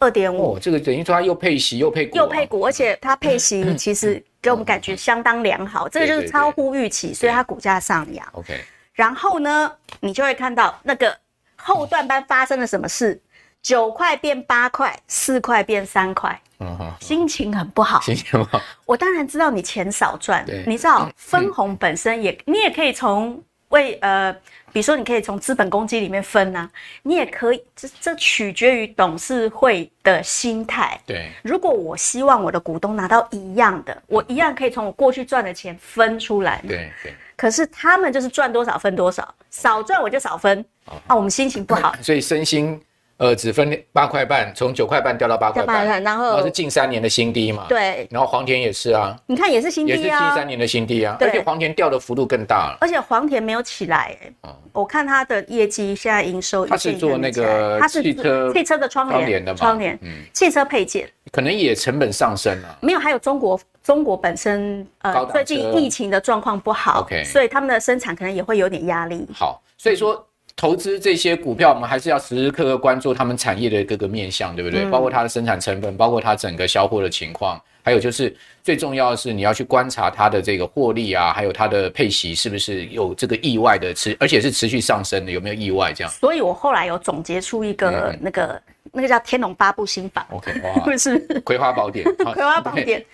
Speaker 2: 二点五，
Speaker 1: 哦，这个等于说它又配息又配股啊，
Speaker 2: 又配股，而且它
Speaker 1: <laughs>
Speaker 2: 配息其实给我们感觉相当良好，这个就是超乎预期，所以它股价上扬。
Speaker 1: OK，
Speaker 2: 然后呢，你就会看到那个后段班发生了什么事，九块变八块，四块变三块，
Speaker 1: 嗯哼，
Speaker 2: 心情很不好。
Speaker 1: 行行吗？
Speaker 2: 我当然知道你钱少赚
Speaker 1: 对，嗯
Speaker 2: 你知道分红本身也，你也可以从为呃，比如说你可以从资本公积里面分啊，你也可以，这这取决于董事会的心态。
Speaker 1: 对，
Speaker 2: 如果我希望我的股东拿到一样的，我一样可以从我过去赚的钱分出来。
Speaker 1: 对对，
Speaker 2: 可是他们就是赚多少分多少，少赚我就少分。
Speaker 1: 哦
Speaker 2: 啊，我们心情
Speaker 1: <laughs>
Speaker 2: 不好，
Speaker 1: 所以身心呃只分八块半，从九块半掉到八块
Speaker 2: 要不
Speaker 1: 半，
Speaker 2: 然然
Speaker 1: 然后
Speaker 2: 后
Speaker 1: 是近三年的新低嘛，，
Speaker 2: 对，
Speaker 1: 然后黄田也是啊，
Speaker 2: 你看也是新
Speaker 1: 也是
Speaker 2: 低
Speaker 1: 近
Speaker 2: 啊
Speaker 1: 三，年的新低啊，
Speaker 2: 对
Speaker 1: 而且黄田掉的幅度更大了。
Speaker 2: 而且黄田没有起来、欸
Speaker 1: 哦
Speaker 2: 我看他的业绩现在营收
Speaker 1: 它是
Speaker 2: 一片一片
Speaker 1: 做那
Speaker 2: 起来
Speaker 1: 个
Speaker 2: 它是
Speaker 1: 汽车
Speaker 2: 汽车的窗帘
Speaker 1: 窗帘的嘛
Speaker 2: 窗帘，
Speaker 1: 嗯
Speaker 2: 汽车配件
Speaker 1: 可能也成本上升了、
Speaker 2: 没有，还有中国中国本身
Speaker 1: 高
Speaker 2: 呃
Speaker 1: 档车
Speaker 2: 最近疫情的状况不好
Speaker 1: OK
Speaker 2: 所以他们的生产可能也会有点压力。
Speaker 1: 好，所以说投资这些股票，我们还是要时时刻刻关注他们产业的各个面向，对不
Speaker 2: 嗯
Speaker 1: 对？包括它的生产成本，包括它整个销货的情况，还有就是最重要的是你要去观察它的这个获利啊，还有它的配息是不是有这个意外的持，而且是持续上升的，有没有意外这样
Speaker 2: 所以我后来有总结出一个、
Speaker 1: 嗯哦
Speaker 2: 那个那个叫《天龙八部心法
Speaker 1: ？OK，》，哇，
Speaker 2: <laughs> 不是
Speaker 1: 葵花宝典，嗯葵
Speaker 2: 葵花宝典。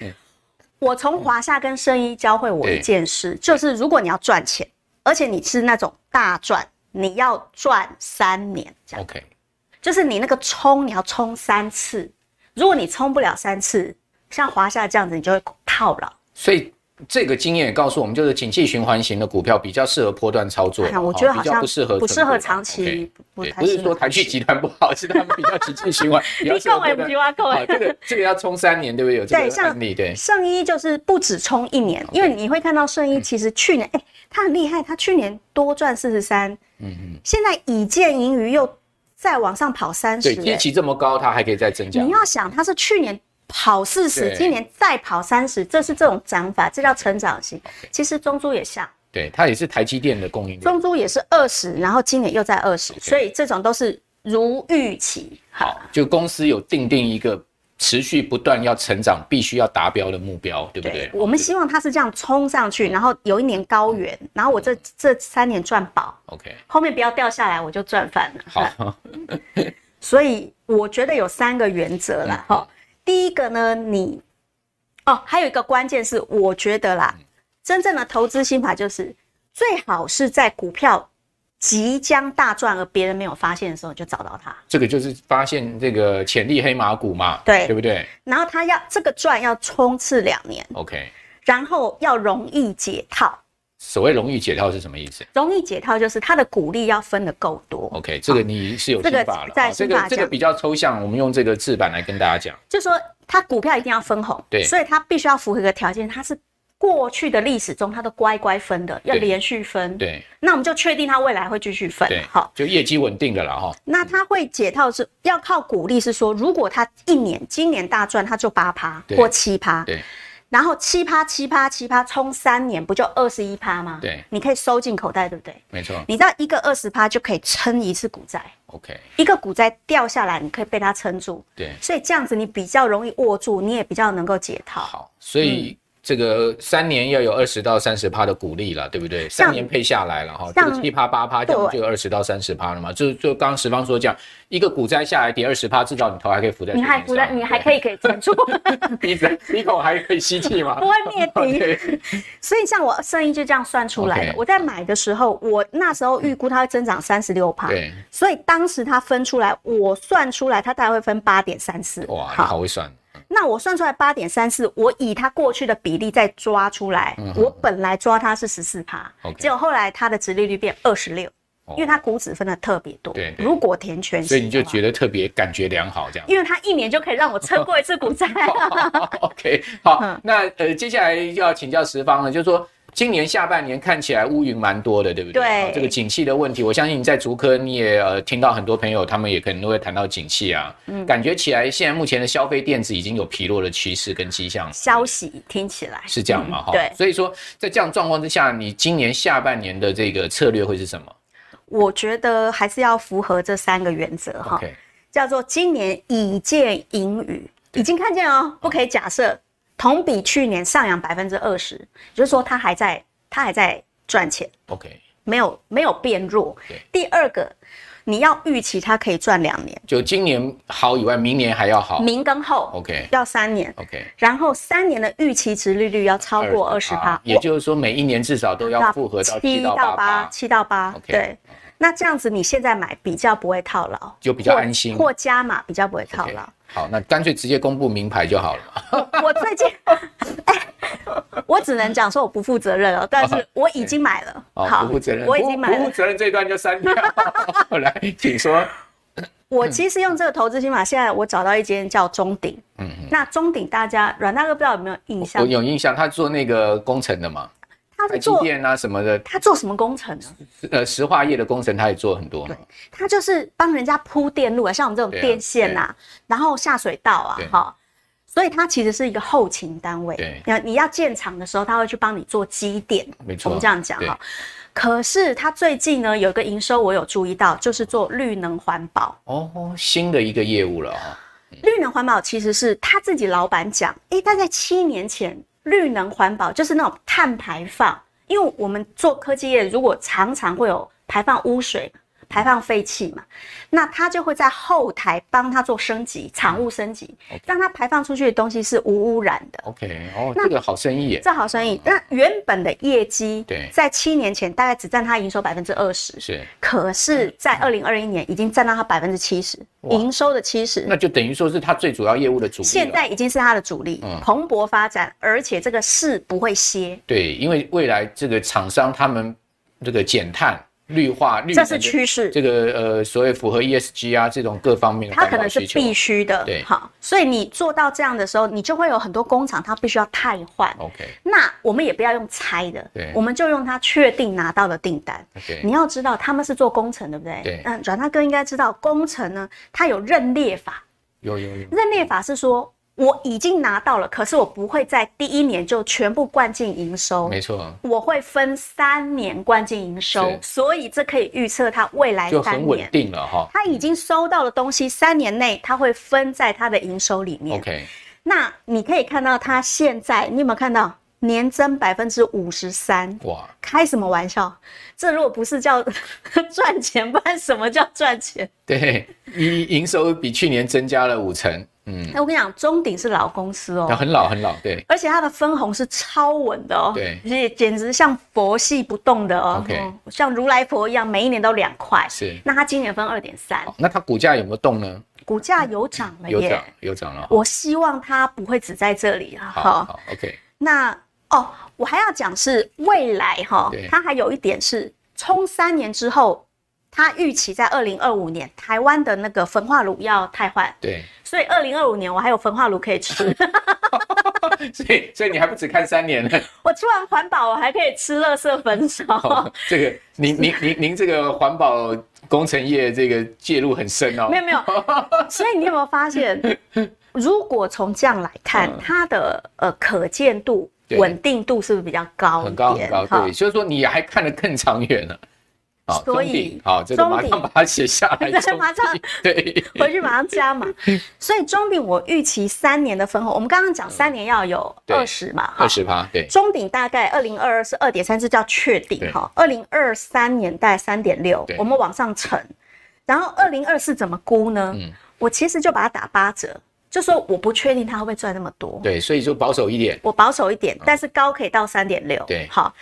Speaker 2: 我从华夏跟圣医教会我一件事，就是如果你要赚钱，而且你是那种大赚，你要赚三年这样。
Speaker 1: OK，
Speaker 2: 就是你那个冲，你要冲三次。如果你冲不了三次，像华夏这样子，你就会套牢。
Speaker 1: 所以。这个经验也告诉我们，就是景气循环型的股票比较适合波段操作，
Speaker 2: 哎呀我觉得
Speaker 1: 哦
Speaker 2: 好
Speaker 1: 比较
Speaker 2: 像
Speaker 1: 不适合
Speaker 2: 不适
Speaker 1: 存
Speaker 2: 合
Speaker 1: 股
Speaker 2: 长
Speaker 1: OK
Speaker 2: 期，不
Speaker 1: 对，
Speaker 2: 太
Speaker 1: 不是
Speaker 2: 适
Speaker 1: 说
Speaker 2: 合
Speaker 1: 台剧集团不好，是他们比较景气循环，比较
Speaker 2: 你 <laughs>
Speaker 1: 适合
Speaker 2: 讲的
Speaker 1: 波段
Speaker 2: 不是我讲
Speaker 1: 啊，
Speaker 2: 的
Speaker 1: 这个这个要冲三年，对不对？有这
Speaker 2: 对
Speaker 1: 个
Speaker 2: 像
Speaker 1: 案例，对，
Speaker 2: 圣衣就是不止冲一年，因为你会看到圣
Speaker 1: 嗯
Speaker 2: 衣其实去年，哎、他很厉害，他去年多赚四十三，
Speaker 1: 嗯嗯，
Speaker 2: 现在已见盈余又再往上跑三十、
Speaker 1: 对，基期这么高，它还可以再增加
Speaker 2: 你。要想他是去年跑四十，
Speaker 1: 对
Speaker 2: 今年再跑三十，这是这种涨法，这叫成长型。其实中珠也像。
Speaker 1: 对，它也是台积电的供应链。
Speaker 2: 中珠也是二十，然后今年又在二十，所以这种都是如预期。
Speaker 1: 好，就公司有定定一个持续不断要成长，必须要达标的目标，对不对嗯
Speaker 2: 对，？我们希望它是这样冲上去，然后有一年高原，然后我这这三年赚饱，
Speaker 1: OK，
Speaker 2: 后面不要掉下来，我就赚翻了。啊
Speaker 1: 好， <laughs>
Speaker 2: 所以我觉得有三个原则啦，哈、第一个呢，你哦，还有一个关键是，我觉得啦，真正的投资心法就是最好是在股票即将大赚而别人没有发现的时候，你就找到它。
Speaker 1: 这个就是发现这个潜力黑马股嘛，
Speaker 2: 对
Speaker 1: 对不对
Speaker 2: 然后它要这个赚要冲刺两年，
Speaker 1: ？OK，
Speaker 2: 然后要容易解套。
Speaker 1: 所谓容易解套是什么意思？
Speaker 2: 容易解套就是它的股利要分的够多，
Speaker 1: OK，这个你是有
Speaker 2: 这
Speaker 1: 心
Speaker 2: 个
Speaker 1: 法了，啊
Speaker 2: 在
Speaker 1: 这
Speaker 2: 心法
Speaker 1: 个这个
Speaker 2: 讲
Speaker 1: 比较抽象，我们用这个字板来跟大家讲。
Speaker 2: 就说它股票一定要分红，
Speaker 1: 对
Speaker 2: 所以它必须要符合一个条件，它是过去的历史中，它都乖乖分的，要
Speaker 1: 对
Speaker 2: 连续分。
Speaker 1: 对
Speaker 2: 那我们就确定它未来会继续分
Speaker 1: 对，。
Speaker 2: 嗯好，
Speaker 1: 就业绩稳定的了哈。
Speaker 2: 那它会解套是要靠鼓励，是说如果它一年今年大赚，它就八趴
Speaker 1: 对
Speaker 2: 或七趴，
Speaker 1: 对
Speaker 2: 然后七趴七趴七趴冲三年，不就二十一趴吗？
Speaker 1: 对，
Speaker 2: 你可以收进口袋，对不对？
Speaker 1: 没错
Speaker 2: 你知道一个二十趴就可以撑一次股债，
Speaker 1: ，OK，
Speaker 2: 一个股债掉下来，你可以被它撑住，
Speaker 1: 对，
Speaker 2: 所以这样子你比较容易握住，你也比较能够解套。
Speaker 1: 好，所以这个三年要有二十到三十趴的鼓励了，对不对？
Speaker 2: 像
Speaker 1: 三年配下来了哈，这
Speaker 2: 像
Speaker 1: 个七趴八趴，这样
Speaker 2: 对
Speaker 1: 就有二十到三十趴了嘛？就就刚刚石方说这样，一个股灾下来跌二十趴，至少你头还可以浮在
Speaker 2: 你
Speaker 1: 水面
Speaker 2: 还
Speaker 1: 上
Speaker 2: 不在，你还可以给
Speaker 1: <laughs>
Speaker 2: 撑住，
Speaker 1: 对鼻子鼻孔还可以吸气吗？
Speaker 2: 不会灭顶。
Speaker 1: <laughs> 对
Speaker 2: 所以像我生意就这样算出来的。
Speaker 1: OK
Speaker 2: 我在买的时候，我那时候预估它会增长三十六趴，
Speaker 1: 对，
Speaker 2: 所以当时它分出来，我算出来它大概会分八点三四。
Speaker 1: 哇，你好会算，
Speaker 2: 那我算出来八点三四，我以它过去的比例再抓出来，我本来抓它是十四趴
Speaker 1: 嗯 OK，
Speaker 2: 结果后来它的殖利率变二十六，
Speaker 1: 哦
Speaker 2: 因为它股指分的特别多。
Speaker 1: 对对
Speaker 2: 如果填全息的话，
Speaker 1: 所以你就觉得特别感觉良好这
Speaker 2: <laughs>
Speaker 1: 样。 <laughs>
Speaker 2: 因为它一年就可以让我撑过一次股灾。 <laughs>
Speaker 1: OK，好
Speaker 2: 嗯，
Speaker 1: 那呃，接下来要请教十方了，就是说今年下半年看起来乌云蛮多的，对不对？
Speaker 2: 对
Speaker 1: 好这个景气的问题，我相信你在竹科你也呃听到很多朋友他们也可能都会谈到景气啊，
Speaker 2: 嗯
Speaker 1: 感觉起来现在目前的消费电子已经有疲弱的趋势跟迹象，
Speaker 2: 消息听起来
Speaker 1: 是这样吗？哈、
Speaker 2: 嗯对
Speaker 1: 所以说在这样状况之下，你今年下半年的这个策略会是什么
Speaker 2: 我觉得还是要符合这三个原则哈。
Speaker 1: ？OK，
Speaker 2: 叫做今年已见盈余，已经看见
Speaker 1: 嗯
Speaker 2: 哦，不可以假设同比去年上扬百分之二十，也就是说它还在它还在赚钱，
Speaker 1: OK，
Speaker 2: 没有没有变弱
Speaker 1: 对。
Speaker 2: 第二个，你要预期它可以赚两年，
Speaker 1: 就今年好以外，明年还要好。
Speaker 2: 明跟后
Speaker 1: 哦 OK
Speaker 2: 要三年，
Speaker 1: OK，
Speaker 2: 然后三年的预期值利率要超过二十趴，
Speaker 1: 啊也就是说每一年至少都要复合到七到八趴。
Speaker 2: 七到八，
Speaker 1: OK 嗯
Speaker 2: 对。那这样子，你现在买比较不会套牢，
Speaker 1: 就比较
Speaker 2: 或
Speaker 1: 安心
Speaker 2: 或加码比较不会套
Speaker 1: OK，
Speaker 2: 牢。
Speaker 1: 好，那干脆直接公布名牌就好了嘛。
Speaker 2: 我最近，哎，我只能讲说我不负责任哦，但是我已经买了。
Speaker 1: 哦，不负责任，
Speaker 2: 我已经买
Speaker 1: 不负
Speaker 2: 了。
Speaker 1: 责任这一段就删掉。 <laughs> 来，请说。
Speaker 2: 我
Speaker 1: 嗯
Speaker 2: 其实用这个投资新法，现在我找到一间叫中鼎。嗯那中鼎大家阮大哥不知道有没有印
Speaker 1: 我
Speaker 2: 象？
Speaker 1: 有印象，他做那个工程的嘛，
Speaker 2: 他
Speaker 1: 台
Speaker 2: 是
Speaker 1: 积
Speaker 2: 做
Speaker 1: 电啊什么的，
Speaker 2: 他做什么工程呢？
Speaker 1: 呃，石化业的工程他也做很多嘛。
Speaker 2: 他就是帮人家铺电路啊，像我们这种
Speaker 1: 对啊
Speaker 2: 电线呐、然后下水道啊
Speaker 1: 对，
Speaker 2: 哈。所以它其实是一个后勤单位。
Speaker 1: 对
Speaker 2: 那你要建厂的时候，他会去帮你做基点。
Speaker 1: 没错
Speaker 2: 我们这样讲
Speaker 1: 对
Speaker 2: 哈。可是它最近呢，有一个营收我有注意到，就是做绿能环保。
Speaker 1: 哦，新的一个业务了哈。
Speaker 2: 绿能环保其实是他自己老板讲，诶，他在七年前，绿能环保就是那种碳排放，因为我们做科技业，如果常常会有排放污水、排放废气嘛，那他就会在后台帮他做升级，产物升级，让它排放出去的东西是无污染的。
Speaker 1: OK，哦，这个好生意耶。
Speaker 2: 这好生意，那原本的业绩
Speaker 1: 对
Speaker 2: 在七年前大概只占它营收百分之二十，
Speaker 1: 是，
Speaker 2: 可是，在二零二一年已经占到它百分之七十，
Speaker 1: 哇
Speaker 2: 营收的七十。
Speaker 1: 那就等于说是他最主要业务的主力了。
Speaker 2: 现在已经是它的主力，
Speaker 1: 嗯
Speaker 2: 蓬勃发展，而且这个势不会歇，
Speaker 1: 对，因为未来这个厂商他们这个减碳、绿化、绿
Speaker 2: 这
Speaker 1: 能
Speaker 2: 是
Speaker 1: 的
Speaker 2: 趋势，
Speaker 1: 这个呃，所谓符合 ESG 啊这种各方面的
Speaker 2: 它
Speaker 1: 环
Speaker 2: 可
Speaker 1: 保
Speaker 2: 能是
Speaker 1: 需求。
Speaker 2: 必须的
Speaker 1: 对，
Speaker 2: 好，所以你做到这样的时候，你就会有很多工厂它必须要汰换。
Speaker 1: OK
Speaker 2: 那我们也不要用猜的
Speaker 1: 对，
Speaker 2: 我们就用它确定拿到的订单。你
Speaker 1: OK，
Speaker 2: 要知道他们是做工程，对不对？
Speaker 1: 对
Speaker 2: 嗯，阮大哥应该知道工程呢，它有认列法，
Speaker 1: 有有有，
Speaker 2: 认列法是说我已经拿到了，可是我不会在第一年就全部灌进营收。
Speaker 1: 没错，
Speaker 2: 我会分三年灌进营收
Speaker 1: 是，
Speaker 2: 所以这可以预测它未来
Speaker 1: 就
Speaker 2: 三
Speaker 1: 很稳
Speaker 2: 年。
Speaker 1: 定了哈。
Speaker 2: 他已经收到的东西，三年内他会分在他的营收里面。
Speaker 1: OK，
Speaker 2: 那你可以看到，他现在你有没有看到年增百分之五十三？
Speaker 1: 哇，
Speaker 2: 开什么玩笑？这如果不是叫 <laughs> 赚钱，不然什么叫赚钱？
Speaker 1: 对，营营收比去年增加了五成，嗯，
Speaker 2: 那我跟你讲，中鼎是老公司哦，
Speaker 1: 很老很老，对，
Speaker 2: 而且它的分红是超稳的哦，
Speaker 1: 对
Speaker 2: 也简直像佛系不动的哦
Speaker 1: OK
Speaker 2: 嗯像如来佛一样，每一年都两块。
Speaker 1: 是
Speaker 2: 那它今年分二点三，
Speaker 1: 好那它股价有没有动呢？
Speaker 2: 股价有涨了
Speaker 1: 有
Speaker 2: 耶
Speaker 1: 涨。，有涨了。
Speaker 2: 我希望它不会只在这里啊。
Speaker 1: 好
Speaker 2: 哈
Speaker 1: 好，OK，
Speaker 2: 那哦，我还要讲是未来哈
Speaker 1: 对，
Speaker 2: 它还有一点是冲三年之后。它预期在二零二五年，台湾的那个焚化炉要汰换，
Speaker 1: 对， <laughs>
Speaker 2: 所以二零二五年我还有焚化炉可以吃。
Speaker 1: 所以所以你还不止看三年呢。
Speaker 2: 我吃完环保，我还可以吃乐色焚烧
Speaker 1: 哦。，这个您您您您这个环保工程业这个介入很深哦
Speaker 2: 没。有没有，
Speaker 1: <laughs>
Speaker 2: 所以你有没有发现，如果从这样来看，
Speaker 1: 嗯
Speaker 2: 它的呃可见度、
Speaker 1: 对
Speaker 2: 稳定度是不是比较高一
Speaker 1: 很高很
Speaker 2: 点
Speaker 1: 高，
Speaker 2: 哈
Speaker 1: 对，所以说你还看得更长远了。好，
Speaker 2: 所
Speaker 1: 中
Speaker 2: 以
Speaker 1: 底，好，这个马
Speaker 2: 中
Speaker 1: 上
Speaker 2: 底
Speaker 1: 把它写下
Speaker 2: <laughs>
Speaker 1: 来。
Speaker 2: 对
Speaker 1: 中
Speaker 2: 马上
Speaker 1: 底
Speaker 2: <laughs>
Speaker 1: 对，
Speaker 2: 回去马上
Speaker 1: <laughs>
Speaker 2: 加码。所以中鼎我预期三年的分红，我们刚刚讲三年要有
Speaker 1: 对
Speaker 2: 二十嘛，哈
Speaker 1: 二。十趴，对，
Speaker 2: 中鼎大概二零二二是二点三，这叫确定
Speaker 1: 对
Speaker 2: 哈。二零二三年大概三点六
Speaker 1: 嗯对，
Speaker 2: 我们往上乘。然后二零二四怎么估呢？
Speaker 1: 嗯
Speaker 2: 我其实就把它打八折，就说我不确定它会不会赚那么多，
Speaker 1: 对，所以就保守一点，
Speaker 2: 我保守一点，但是高可以到三点六。
Speaker 1: 嗯对
Speaker 2: 好，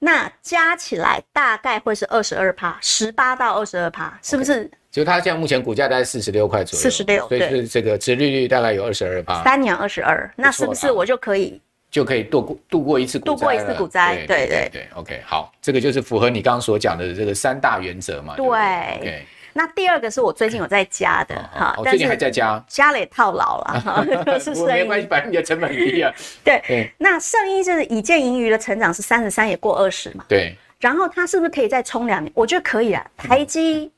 Speaker 2: 那加起来大概会是二十二趴，十八到二十二趴，是不是
Speaker 1: 就它现在目前股价大概四十六块左右，
Speaker 2: 46
Speaker 1: 所以
Speaker 2: 对
Speaker 1: 是这个殖利率大概有二十二趴，
Speaker 2: 三年二十二？那是不
Speaker 1: 啊啦
Speaker 2: 是我就可以
Speaker 1: 就可以度过度过一次股灾了
Speaker 2: 度过一次股灾
Speaker 1: 对对
Speaker 2: 对对
Speaker 1: 对，OK，好，这个就是符合你刚刚所讲的这个三大原则嘛。不
Speaker 2: 对
Speaker 1: 对，
Speaker 2: 那第二个是我最近有在加的
Speaker 1: 好
Speaker 2: 哈
Speaker 1: 好，
Speaker 2: 但
Speaker 1: 哦最近还
Speaker 2: 是
Speaker 1: 在加，
Speaker 2: 加了也套牢
Speaker 1: <laughs>
Speaker 2: 了，哈就是
Speaker 1: 不过没
Speaker 2: 剩
Speaker 1: 关系，
Speaker 2: 一。
Speaker 1: 反正你的成本低啊。
Speaker 2: 对
Speaker 1: 嗯对
Speaker 2: 那剩一就是已见盈余的成长是三十三，也过二十嘛。
Speaker 1: <laughs> 对，
Speaker 2: 然后它是不是可以再冲两年？我觉得可以啊，
Speaker 1: 嗯
Speaker 2: 台积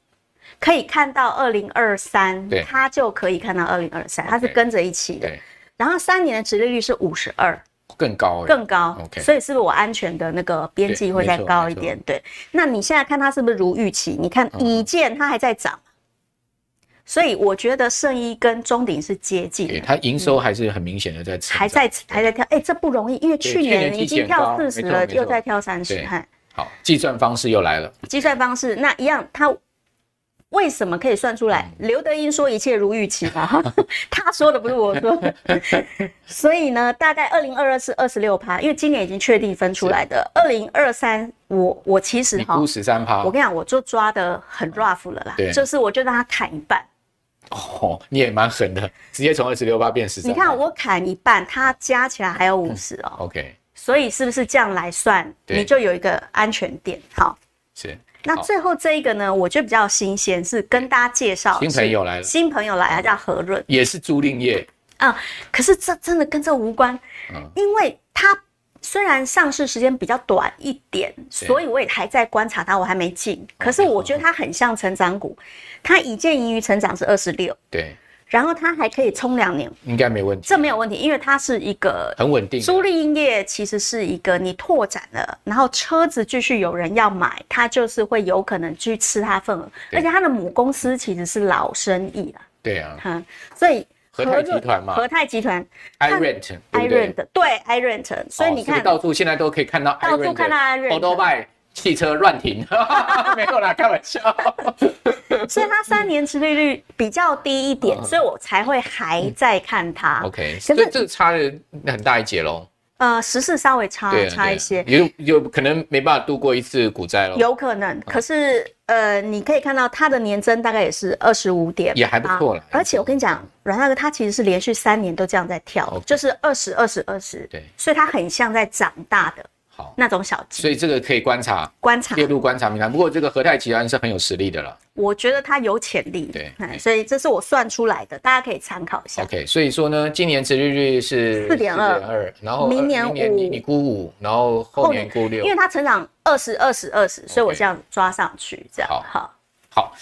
Speaker 2: 可以看到二零二三
Speaker 1: 对，
Speaker 2: 它就可以看到二零二三，它是
Speaker 1: OK
Speaker 2: 跟着一起的。
Speaker 1: 对，
Speaker 2: 然后三年的殖利率是五十二，
Speaker 1: 更高哎，
Speaker 2: 更高
Speaker 1: OK
Speaker 2: 所以是不是我安全的那个边际会再高一点？对，那你现在看它是不是如预期？你看已见它还在涨，所以我觉得圣衣跟中鼎是接近
Speaker 1: 对，
Speaker 2: 的，
Speaker 1: 它营收还是很明显的在成长
Speaker 2: 还在还在跳，哎、这不容易，因为去
Speaker 1: 去
Speaker 2: 年
Speaker 1: 年
Speaker 2: 已经跳四
Speaker 1: 提
Speaker 2: 十
Speaker 1: 前高没
Speaker 2: 了，
Speaker 1: 错
Speaker 2: 又再跳三十
Speaker 1: 对，
Speaker 2: 嗨，
Speaker 1: 好，计算方式又来了，
Speaker 2: 计算方式那一样，它。为什么可以算出来？
Speaker 1: 嗯
Speaker 2: 刘德英说一切如预期
Speaker 1: <laughs>
Speaker 2: 吧，他说的不是我说的。所以呢，大概二零二二是二十六趴，因为今年已经确定分出来的。二零二三，我我其实
Speaker 1: 你
Speaker 2: 哈
Speaker 1: 估，十三趴
Speaker 2: 我，跟你讲，我就抓的很 rough 了啦
Speaker 1: 对，
Speaker 2: 就是我就让它砍一半。
Speaker 1: 哦，你也蛮狠的，直接从二十六趴变十三。
Speaker 2: 你看我砍一半，它加起来还有五十哦，
Speaker 1: ，OK，
Speaker 2: 所以是不是这样来算，
Speaker 1: 嗯对
Speaker 2: 你就有一个安全点？好，
Speaker 1: 是
Speaker 2: 那
Speaker 1: 好
Speaker 2: 最后这一个呢，我觉得比较新鲜，是跟大家介绍
Speaker 1: 新朋友来了
Speaker 2: 是新朋友来，他叫何润
Speaker 1: 也是租赁业，
Speaker 2: 啊。可是这真的跟这无关，
Speaker 1: 嗯
Speaker 2: 因为他虽然上市时间比较短一点，所以我也还在观察它，我还没
Speaker 1: 哦
Speaker 2: 进。可是我觉得它很像成长股，它已见盈余成长是二十六，
Speaker 1: 对，
Speaker 2: 然后它还可以冲两年，
Speaker 1: 应该没问题，
Speaker 2: 这没有问题，因为它是一个
Speaker 1: 很稳定的，啊
Speaker 2: 租赁业其实是一个你拓展了，然后车子继续有人要买，它就是会有可能去吃它份额，
Speaker 1: 对
Speaker 2: 而且它的母公司其实是老生意啦，
Speaker 1: 对啊
Speaker 2: 哈，所以
Speaker 1: 和泰
Speaker 2: 润
Speaker 1: 集团嘛
Speaker 2: 和泰集团
Speaker 1: ，iRent，对不对？
Speaker 2: ，iRent 对 iRent，所以
Speaker 1: 哦
Speaker 2: 你
Speaker 1: 这个
Speaker 2: 看
Speaker 1: 到处现在都可以看到 iRent，
Speaker 2: 到处看到 iRent
Speaker 1: o b i 汽车乱停， <laughs> 没有啦，开玩笑。
Speaker 2: 所以它三年持利率比较低一点，
Speaker 1: 嗯
Speaker 2: 所以我才会还在看它。
Speaker 1: OK，
Speaker 2: 可
Speaker 1: 这
Speaker 2: 是
Speaker 1: 这差了很大一截喽，
Speaker 2: 呃，时事稍微差
Speaker 1: 对啊，
Speaker 2: 差
Speaker 1: 对啊
Speaker 2: 一些，
Speaker 1: 有有可能没办法度过一次股灾喽，
Speaker 2: 有可
Speaker 1: 嗯
Speaker 2: 能。可是呃，你可以看到它的年增大概也是二十五点，
Speaker 1: 也还不错啦
Speaker 2: 啊而且我跟你讲，阮大哥他其实是连续三年都这样在跳
Speaker 1: OK，
Speaker 2: 就是二十二十二十，
Speaker 1: 对
Speaker 2: 所以它很像在长大的
Speaker 1: 好，
Speaker 2: 那种小鸡。
Speaker 1: 所以这个可以观察。
Speaker 2: 观察
Speaker 1: 列，入观察名单。不过这个和泰集团是很有实力的了。
Speaker 2: 我觉得它有潜力，
Speaker 1: 对
Speaker 2: 嗯
Speaker 1: 对
Speaker 2: 所以这是我算出来的，大家可以参考一下。
Speaker 1: OK，所以说呢，今年殖利率是
Speaker 2: 4.2
Speaker 1: 4.2然后
Speaker 2: 明年
Speaker 1: 呃明你
Speaker 2: 五
Speaker 1: 你估五，然后后年估六
Speaker 2: 因。为它成长二十二十二十，所以我这样抓上去，这样
Speaker 1: 好
Speaker 2: 好。
Speaker 1: 好，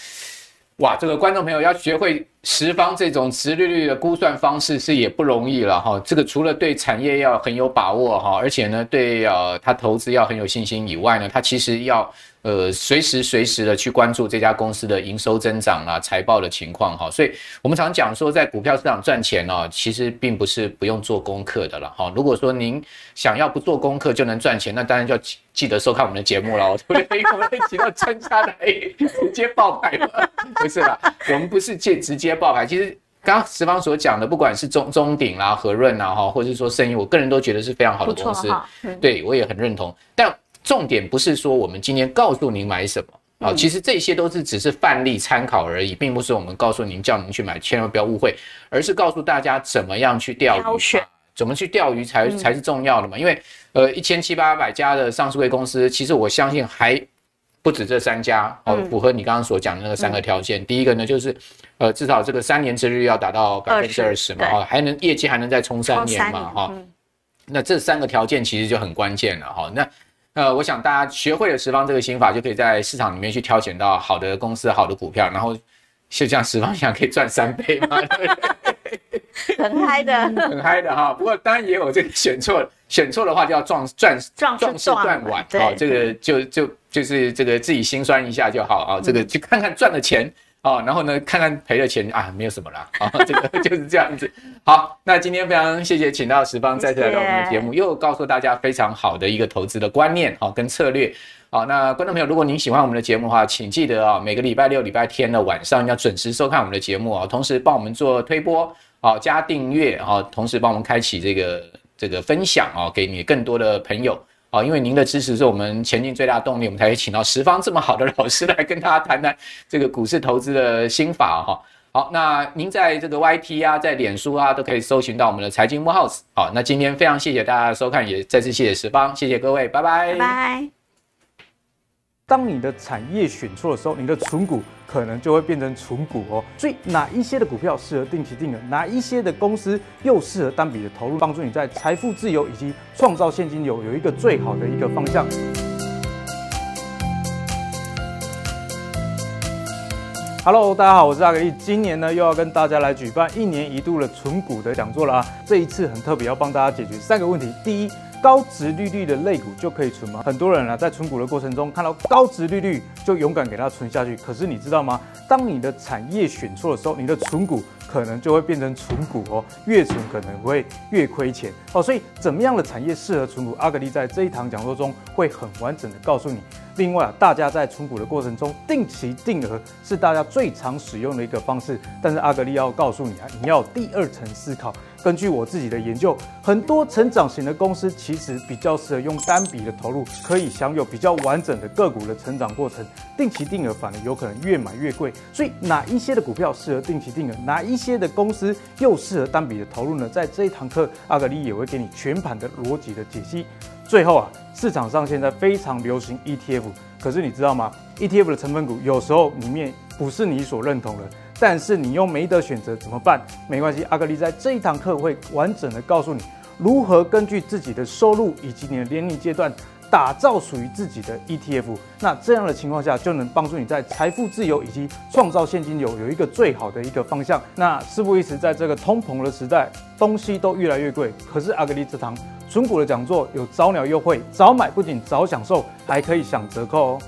Speaker 1: 哇，这个观众朋友要学会十方这种殖利率的估算方式是也不容易了哈。这个除了对产业要很有把握哈，而且呢对呃他投资要很有信心以外呢，他其实要呃随时随时的去关注这家公司的营收增长啦、财报的情况哈。所以我们常讲说，在股票市场赚钱哦，其实并不是不用做功课的了哈。如果说您想要不做功课就能赚钱，那当然就要记记得收看我们的节目
Speaker 2: <laughs>
Speaker 1: 喽，对不对？因为我们会请到专家来直接爆牌了，不是
Speaker 2: <laughs>
Speaker 1: 啦，我们不是借直接爆牌，其实。刚刚石方所讲的，不管是中中鼎啦、和润啦，哈，或者是说生意，我个人都觉得是非常好的
Speaker 2: 不错
Speaker 1: 公司。
Speaker 2: 哈，嗯，
Speaker 1: 对我也很认同。但重点不是说我们今天告诉您买什么啊，其实这些都是只是范例参考而已，并不是我们告诉您叫您去买，千万不要误会，而是告诉大家怎么样去钓鱼
Speaker 2: 挑选
Speaker 1: 嘛。怎么去钓鱼才才是重要的嘛？因为呃，一千七八百家的上市贵公司，其实我相信还不止这三家哦，
Speaker 2: 嗯
Speaker 1: 符合你刚刚所讲的那个三个条件。第一个呢，就是呃，至少这个三年之率要达到百分之二十
Speaker 2: 20%
Speaker 1: 嘛，哦，还能业绩还能再冲三
Speaker 2: 超
Speaker 1: 年嘛，哈、
Speaker 2: 嗯
Speaker 1: 那这三个条件其实就很关键了哈。那呃，我想大家学会了十方这个心法，就可以在市场里面去挑选到好的公司、好的股票，然后就像十方一样可以赚三倍嘛，对不对？
Speaker 2: 很嗨
Speaker 1: <laughs>
Speaker 2: 的，
Speaker 1: 很嗨的哈。不过当然也有这个选错，选错的话就要撞撞
Speaker 2: 壮士
Speaker 1: 壮士断腕
Speaker 2: 腕，
Speaker 1: 哦
Speaker 2: 对，
Speaker 1: 这个就就就是这个自己心酸一下就好啊、这个去看看赚的钱哦，然后呢看看赔的钱啊，没有什么啦啊、这个就是这样子。好，那今天非常谢谢请到十方再次来到我们的节目，又告诉大家非常好的一个投资的观念哦跟策略。好，那观众朋友，如果您喜欢我们的节目的话，请记得哦，每个礼拜六、礼拜天的晚上要准时收看我们的节目哦，同时帮我们做推播，好、加订阅，好、同时帮我们开启这个这个分享哦，给你更多的朋友。好，因为您的支持是我们前进最大的动力，我们才会请到十方这么好的老师来跟大家谈谈这个股市投资的心法哈、好，那您在这个 YT 啊，在脸书啊，都可以搜寻到我们的财经幕 house。好，那今天非常谢谢大家的收看，也再次谢谢十方，谢谢各位，
Speaker 2: 拜拜。
Speaker 3: 当你的产业选错的时候，你的存股可能就会变成存股哦。所以哪一些的股票适合定期定额，哪一些的公司又适合单笔的投入，帮助你在财富自由以及创造现金流有一个最好的一个方向。Hello，大家好，我是阿格力。今年呢又要跟大家来举办一年一度的存股的讲座了啊！这一次很特别，要帮大家解决三个问题。第一，高值利率的类股就可以存吗？很多人啊在存股的过程中看到高值利率就勇敢给它存下去，可是你知道吗？当你的产业选错的时候，你的存股可能就会变成存股哦，越存可能会越亏钱哦。所以怎么样的产业适合存股？阿格力在这一堂讲座中会很完整的告诉你。另外啊，大家在存股的过程中，定期定额是大家最常使用的一个方式。但是阿格力要告诉你啊，你要有第二层思考。根据我自己的研究，很多成长型的公司其实比较适合用单笔的投入，可以享有比较完整的个股的成长过程。定期定额反而有可能越买越贵，所以哪一些的股票适合定期定额，哪一些的公司又适合单笔的投入呢？在这一堂课，阿格力也会给你全盘的逻辑的解析。最后啊，市场上现在非常流行 ETF，可是你知道吗？ETF 的成分股有时候里面不是你所认同的，但是你又没得选择怎么办？没关系，阿格力在这一堂课会完整的告诉你如何根据自己的收入以及你的年龄阶段。打造属于自己的 ETF，那这样的情况下就能帮助你在财富自由以及创造现金流有一个最好的一个方向。那事不宜迟，在这个通膨的时代，东西都越来越贵，可是阿格力这堂纯股的讲座有早鸟优惠，早买不仅早享受，还可以享折扣哦。